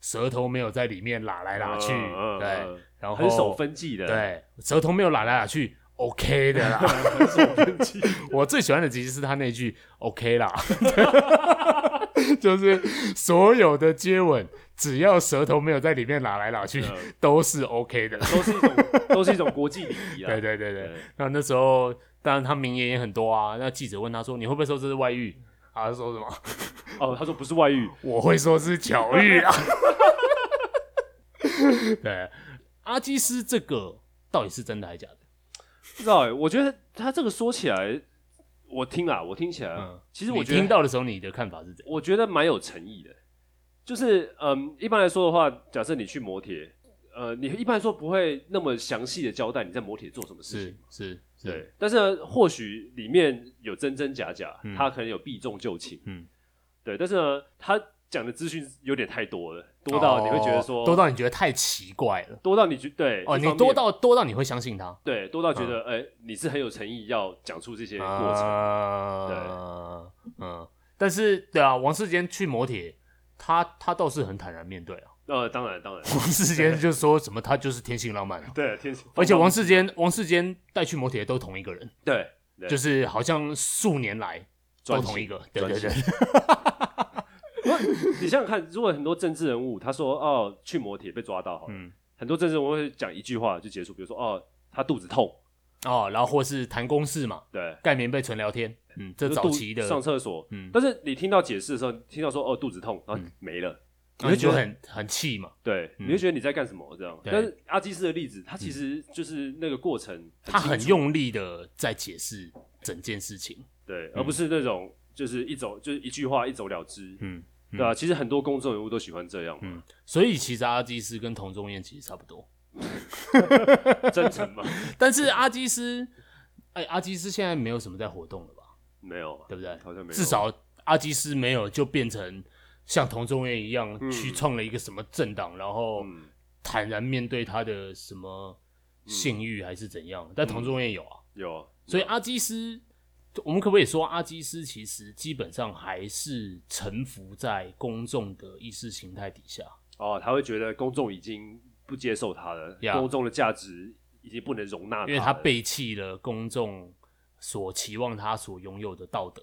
[SPEAKER 2] 舌头没有在里面拉来拉去，
[SPEAKER 3] 嗯嗯
[SPEAKER 2] 对，
[SPEAKER 3] 嗯
[SPEAKER 2] 然后
[SPEAKER 3] 很守分际的，，
[SPEAKER 2] 对，舌头没有拉来拉去，OK 的啦。
[SPEAKER 3] 很守分际。
[SPEAKER 2] 我最喜欢的其实是他那句 “OK 啦”， *laughs* 就是所有的接吻，只要舌头没有在里面拉来拉去，
[SPEAKER 3] 嗯
[SPEAKER 2] 都是 OK 的。
[SPEAKER 3] *laughs* 都是一种都是一种国际礼仪啊。
[SPEAKER 2] 对对对对
[SPEAKER 3] 对，
[SPEAKER 2] 那那时候当然他名言也很多啊。那记者问他说：“你会不会说这是外遇？”啊，他说什么？ *laughs*
[SPEAKER 3] 哦，他说不是外遇，
[SPEAKER 2] 我会说是巧遇啊。 *laughs* 对，阿基斯这个到底是真的还是假的？
[SPEAKER 3] 不知道哎、我觉得他这个说起来，我听啊，我听起来，
[SPEAKER 2] 嗯
[SPEAKER 3] 其实我
[SPEAKER 2] 你
[SPEAKER 3] 觉得
[SPEAKER 2] 听，到的时候，你的看法是怎样？
[SPEAKER 3] 我觉得蛮有诚意的。就是嗯，一般来说的话，假设你去摩铁，呃，你一般来说不会那么详细的交代你在摩铁做什么事
[SPEAKER 2] 是
[SPEAKER 3] 情。
[SPEAKER 2] 是是，
[SPEAKER 3] 对，但是呢，或许里面有真真假假，
[SPEAKER 2] 嗯
[SPEAKER 3] 他可能有避重就轻。
[SPEAKER 2] 嗯，
[SPEAKER 3] 对，但是呢，他讲的资讯有点太多了，多到你会觉得说，
[SPEAKER 2] 哦多到你觉得太奇怪了。
[SPEAKER 3] 多到你觉对
[SPEAKER 2] 哦，
[SPEAKER 3] 一
[SPEAKER 2] 你
[SPEAKER 3] 方面
[SPEAKER 2] 多到嗯多到你会相信他
[SPEAKER 3] 对多到觉得，哎、你是很有诚意要讲出这些过程。
[SPEAKER 2] 啊，嗯，但是对啊，王世坚去磨铁，他他倒是很坦然面对
[SPEAKER 3] *laughs*
[SPEAKER 2] 啊。
[SPEAKER 3] 呃，当然
[SPEAKER 2] *laughs*
[SPEAKER 3] 当然，
[SPEAKER 2] 王世坚就说什么他就是天性浪漫啊、
[SPEAKER 3] 对，天
[SPEAKER 2] 而且王世坚王世坚带去磨铁都同一个人，
[SPEAKER 3] 对，对
[SPEAKER 2] 就是好像数年来都
[SPEAKER 3] 专
[SPEAKER 2] 同
[SPEAKER 3] 情
[SPEAKER 2] 一个，对
[SPEAKER 3] 专
[SPEAKER 2] 对对，
[SPEAKER 3] 你想想看，如果很多政治人物他说哦去磨铁被抓到好了，
[SPEAKER 2] 嗯，
[SPEAKER 3] 很多政治人物会讲一句话就结束，比如说哦他肚子痛，
[SPEAKER 2] 哦，然后或是谈公事嘛，
[SPEAKER 3] 对，
[SPEAKER 2] 盖棉被纯聊天，嗯，这
[SPEAKER 3] 就
[SPEAKER 2] 早
[SPEAKER 3] 肚
[SPEAKER 2] 期的
[SPEAKER 3] 上厕所，
[SPEAKER 2] 嗯
[SPEAKER 3] 但是你听到解释的时候，听到说哦肚子痛，然后没了，
[SPEAKER 2] 然后就很很气嘛，
[SPEAKER 3] 对，
[SPEAKER 2] 嗯
[SPEAKER 3] 你会觉得你在干什么这样。
[SPEAKER 2] 对嗯
[SPEAKER 3] 但是阿基斯的例子，他其实就是那个过程，
[SPEAKER 2] 他
[SPEAKER 3] 很
[SPEAKER 2] 很
[SPEAKER 3] 清楚
[SPEAKER 2] 用力的在解释整件事情，
[SPEAKER 3] 对，而不是那种就是一走就是一句话一走了之，
[SPEAKER 2] 嗯，
[SPEAKER 3] 对啊，其实很多公众人物都喜欢这样嘛，
[SPEAKER 2] 嗯所以其实阿基斯跟童仲彦其实差不多，嗯
[SPEAKER 3] 真诚嘛，
[SPEAKER 2] 但是阿基斯，哎，阿基斯现在没有什么在活动了吧？
[SPEAKER 3] 没有，
[SPEAKER 2] 对不对？
[SPEAKER 3] 好像没有，
[SPEAKER 2] 至少阿基斯没有就变成像童仲彦一样
[SPEAKER 3] 嗯
[SPEAKER 2] 去创了一个什么政党，然后
[SPEAKER 3] 嗯
[SPEAKER 2] 坦然面对他的什么性欲还是怎样。但
[SPEAKER 3] 嗯
[SPEAKER 2] 童仲彦有啊，
[SPEAKER 3] 有，
[SPEAKER 2] 所以阿基斯，我们可不可以说阿基斯其实基本上还是臣服在公众的意识形态底下？
[SPEAKER 3] 哦，他会觉得公众已经不接受他了
[SPEAKER 2] Yeah
[SPEAKER 3] 公众的价值已经不能容纳了，
[SPEAKER 2] 因为他背弃了公众所期望他所拥有的道德，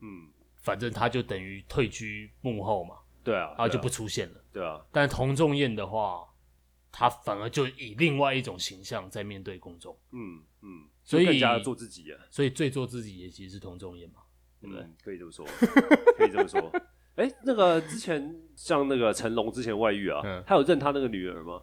[SPEAKER 3] 嗯，
[SPEAKER 2] 反正他就等于退居幕后嘛，
[SPEAKER 3] 对啊，
[SPEAKER 2] 然后就
[SPEAKER 3] 对啊
[SPEAKER 2] 不出现了。
[SPEAKER 3] 对啊，
[SPEAKER 2] 但童仲彦的话，他反而就以另外一种形象在面对公众，
[SPEAKER 3] 嗯嗯，
[SPEAKER 2] 所以
[SPEAKER 3] 就更加做自己啊，
[SPEAKER 2] 所以最做自己也其实是童仲彦嘛。
[SPEAKER 3] 嗯，可以这么说，可以这么说，哎，那个之前像那个成龙之前外遇啊，
[SPEAKER 2] 嗯
[SPEAKER 3] 他有认他那个女儿吗？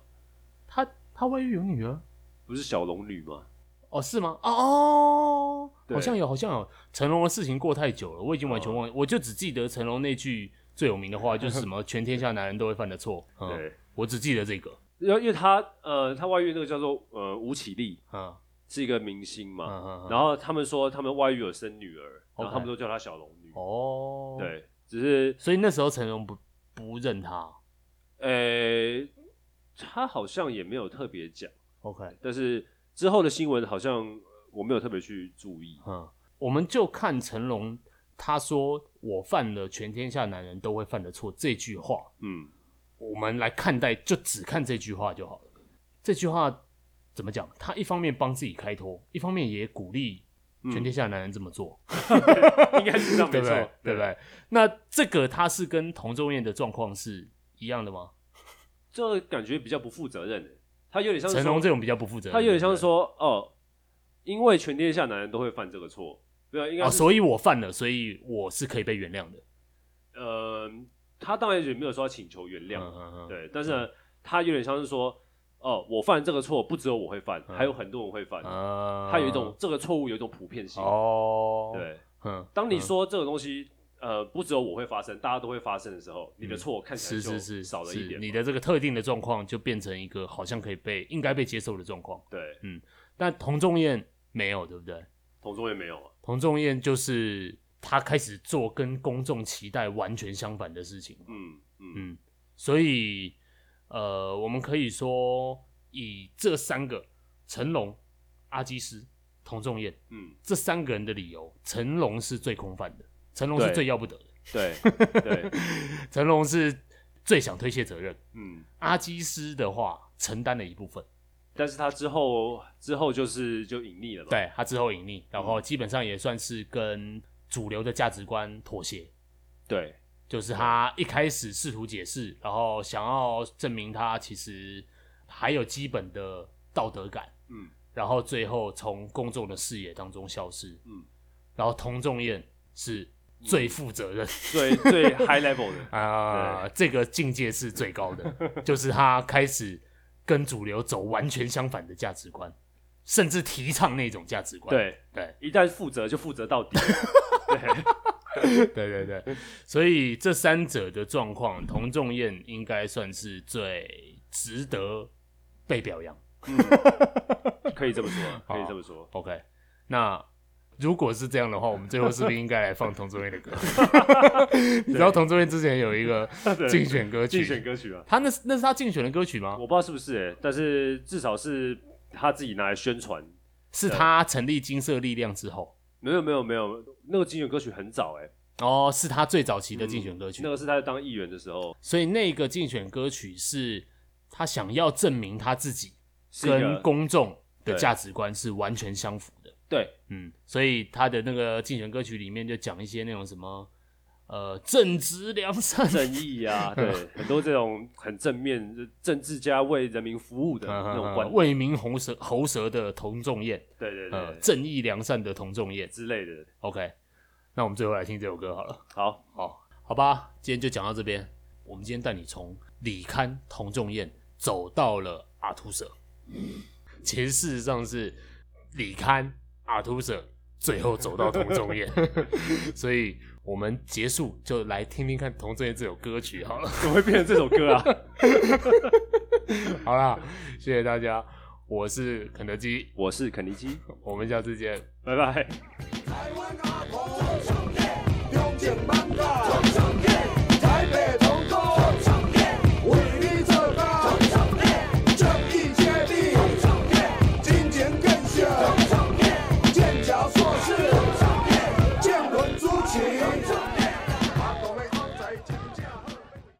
[SPEAKER 2] 他他外遇有女儿？
[SPEAKER 3] 不是小龙女吗？
[SPEAKER 2] 哦，是吗？哦，
[SPEAKER 3] 对
[SPEAKER 2] 好像有，好像有。成龙的事情过太久了，我已经完全忘，我就只记得成龙那句最有名的话，就是什 *laughs* 么“全天下男人都会犯的错”。嗯，
[SPEAKER 3] 对，
[SPEAKER 2] 我只记得这个。
[SPEAKER 3] 因为因为他呃，他外遇那个叫做呃吴绮莉，
[SPEAKER 2] 嗯
[SPEAKER 3] 是一个明星
[SPEAKER 2] 嗯
[SPEAKER 3] 嘛，
[SPEAKER 2] 嗯，嗯
[SPEAKER 3] 然后他们说他们外遇有生女儿，然后
[SPEAKER 2] OK
[SPEAKER 3] 他们都叫她小龙女。
[SPEAKER 2] 哦，，
[SPEAKER 3] 对，只是
[SPEAKER 2] 所以那时候成龙不不认他。
[SPEAKER 3] 呃，他好像也没有特别讲，
[SPEAKER 2] OK，
[SPEAKER 3] 但是之后的新闻好像我没有特别去注意。
[SPEAKER 2] 嗯，我们就看成龙他说“我犯了全天下男人都会犯的错”这句话，
[SPEAKER 3] 嗯，
[SPEAKER 2] 我们来看待，就只看这句话就好了。这句话怎么讲？他一方面帮自己开脱，一方面也鼓励全天下男人这么做，
[SPEAKER 3] 嗯 *laughs* 应该是这样
[SPEAKER 2] 对
[SPEAKER 3] 嗯没
[SPEAKER 2] 不
[SPEAKER 3] 错
[SPEAKER 2] 对？，对不对？那这个他是跟童仲彦的状况是一样的吗？
[SPEAKER 3] 这感觉比较不负责任，他有点像是
[SPEAKER 2] 成龙
[SPEAKER 3] 说
[SPEAKER 2] 这种比较不负责任，
[SPEAKER 3] 他有点像
[SPEAKER 2] 对
[SPEAKER 3] 是说哦，因为全天下男人都会犯这个错，对啊，应
[SPEAKER 2] 不
[SPEAKER 3] 该
[SPEAKER 2] 对哦，
[SPEAKER 3] 是
[SPEAKER 2] 所以我犯了，所以我是可以被原谅的。
[SPEAKER 3] 呃，他当然也没有说要请求原谅，
[SPEAKER 2] 嗯嗯嗯
[SPEAKER 3] 对，但是呢，他有点像是说，哦，我犯这个错不只有我会犯，
[SPEAKER 2] 嗯
[SPEAKER 3] 还有很多人会犯，
[SPEAKER 2] 啊
[SPEAKER 3] 他有一种这个错误有一种普遍性。
[SPEAKER 2] 哦，，
[SPEAKER 3] 对，
[SPEAKER 2] 嗯，
[SPEAKER 3] 当你
[SPEAKER 2] 嗯
[SPEAKER 3] 说这个东西，呃，不只有我会发生，大家都会发生的时候，你的错看起来
[SPEAKER 2] 嗯是
[SPEAKER 3] 就是
[SPEAKER 2] 是
[SPEAKER 3] 少了一
[SPEAKER 2] 是
[SPEAKER 3] 点嘛。
[SPEAKER 2] 你的这个特定的状况就变成一个好像可以被应该被接受的状况。
[SPEAKER 3] 对，
[SPEAKER 2] 但童仲彦没有，对不对？
[SPEAKER 3] 同桌也没有啊。
[SPEAKER 2] 童仲彦就是他开始做跟公众期待完全相反的事情，
[SPEAKER 3] 嗯嗯
[SPEAKER 2] 嗯，所以呃，我们可以说以这三个成龙、阿基师、童仲彦
[SPEAKER 3] 嗯，
[SPEAKER 2] 这三个人的理由，成龙是最空泛的，成龙是
[SPEAKER 3] 对
[SPEAKER 2] 最要不得的， *laughs*
[SPEAKER 3] 对对，
[SPEAKER 2] 成龙是最想推卸责任，
[SPEAKER 3] 嗯，
[SPEAKER 2] 阿基师的话承担了一部分。
[SPEAKER 3] 但是他之后之后就是就隐匿了嘛。，
[SPEAKER 2] 对他之后隐匿，然后基本上也算是跟主流的价值观妥协，
[SPEAKER 3] 对
[SPEAKER 2] 就是他一开始试图解释，然后想要证明他其实还有基本的道德感，
[SPEAKER 3] 嗯，
[SPEAKER 2] 然后最后从公众的视野当中消失，
[SPEAKER 3] 嗯，
[SPEAKER 2] 然后童仲彦是最负责任
[SPEAKER 3] 最最 high level
[SPEAKER 2] *laughs*
[SPEAKER 3] 的。
[SPEAKER 2] 啊、这个境界是最高的，就是他开始跟主流走完全相反的价值观，甚至提倡那种价值观，
[SPEAKER 3] 对，
[SPEAKER 2] 对。
[SPEAKER 3] 一旦负责就负责到底。
[SPEAKER 2] 对对对，所以这三者的状况，童仲彦应该算是最值得被表扬。
[SPEAKER 3] 可以这么说，可以这么说。
[SPEAKER 2] OK，那如果是这样的话，我们最后是不是应该来放童仲彦的歌？ *laughs* 你知道童仲彦之前有一个
[SPEAKER 3] 对
[SPEAKER 2] 竞选歌曲，
[SPEAKER 3] 竞选歌曲啊，
[SPEAKER 2] 他那是那是他竞选的歌曲吗？
[SPEAKER 3] 我不知道是不是、欸，但是至少是他自己拿来宣传。
[SPEAKER 2] 是他成立金色力量之后，
[SPEAKER 3] 没有没有没有，那个竞选歌曲很早哎、欸，
[SPEAKER 2] 哦，是他最早期的竞选歌曲
[SPEAKER 3] 那，个是他在当议员的时候，
[SPEAKER 2] 所以那个竞选歌曲是他想要证明他自己
[SPEAKER 3] 是一
[SPEAKER 2] 跟
[SPEAKER 3] 个
[SPEAKER 2] 公众的
[SPEAKER 3] 对
[SPEAKER 2] 价值观是完全相符的。
[SPEAKER 3] 对
[SPEAKER 2] 嗯，所以他的那个竞选歌曲里面就讲一些那种什么，呃，正直良善，
[SPEAKER 3] 正
[SPEAKER 2] *laughs*
[SPEAKER 3] 义啊，对，很多这种很正面就政治家为人民服
[SPEAKER 2] *laughs*
[SPEAKER 3] 务的那种观
[SPEAKER 2] 啊为民喉舌喉舌的童仲彦，
[SPEAKER 3] 对对对、
[SPEAKER 2] 呃，正义良善的童仲彦。
[SPEAKER 3] 之类的。
[SPEAKER 2] OK，那我们最后来听这首歌好了。
[SPEAKER 3] 好，
[SPEAKER 2] 好，好吧，今天就讲到这边。我们今天带你从李刊、童仲彦走到了阿图舍，其实事实上是李刊、阿图舍最后走到童仲彦，所以我们结束就来听听看童仲彦这首歌曲好了。
[SPEAKER 3] 怎么会变成这首歌啊？ *laughs*
[SPEAKER 2] 好啦，谢谢大家，我是肯德基，
[SPEAKER 3] 我是肯尼基，
[SPEAKER 2] 我们下次见。
[SPEAKER 3] 拜拜。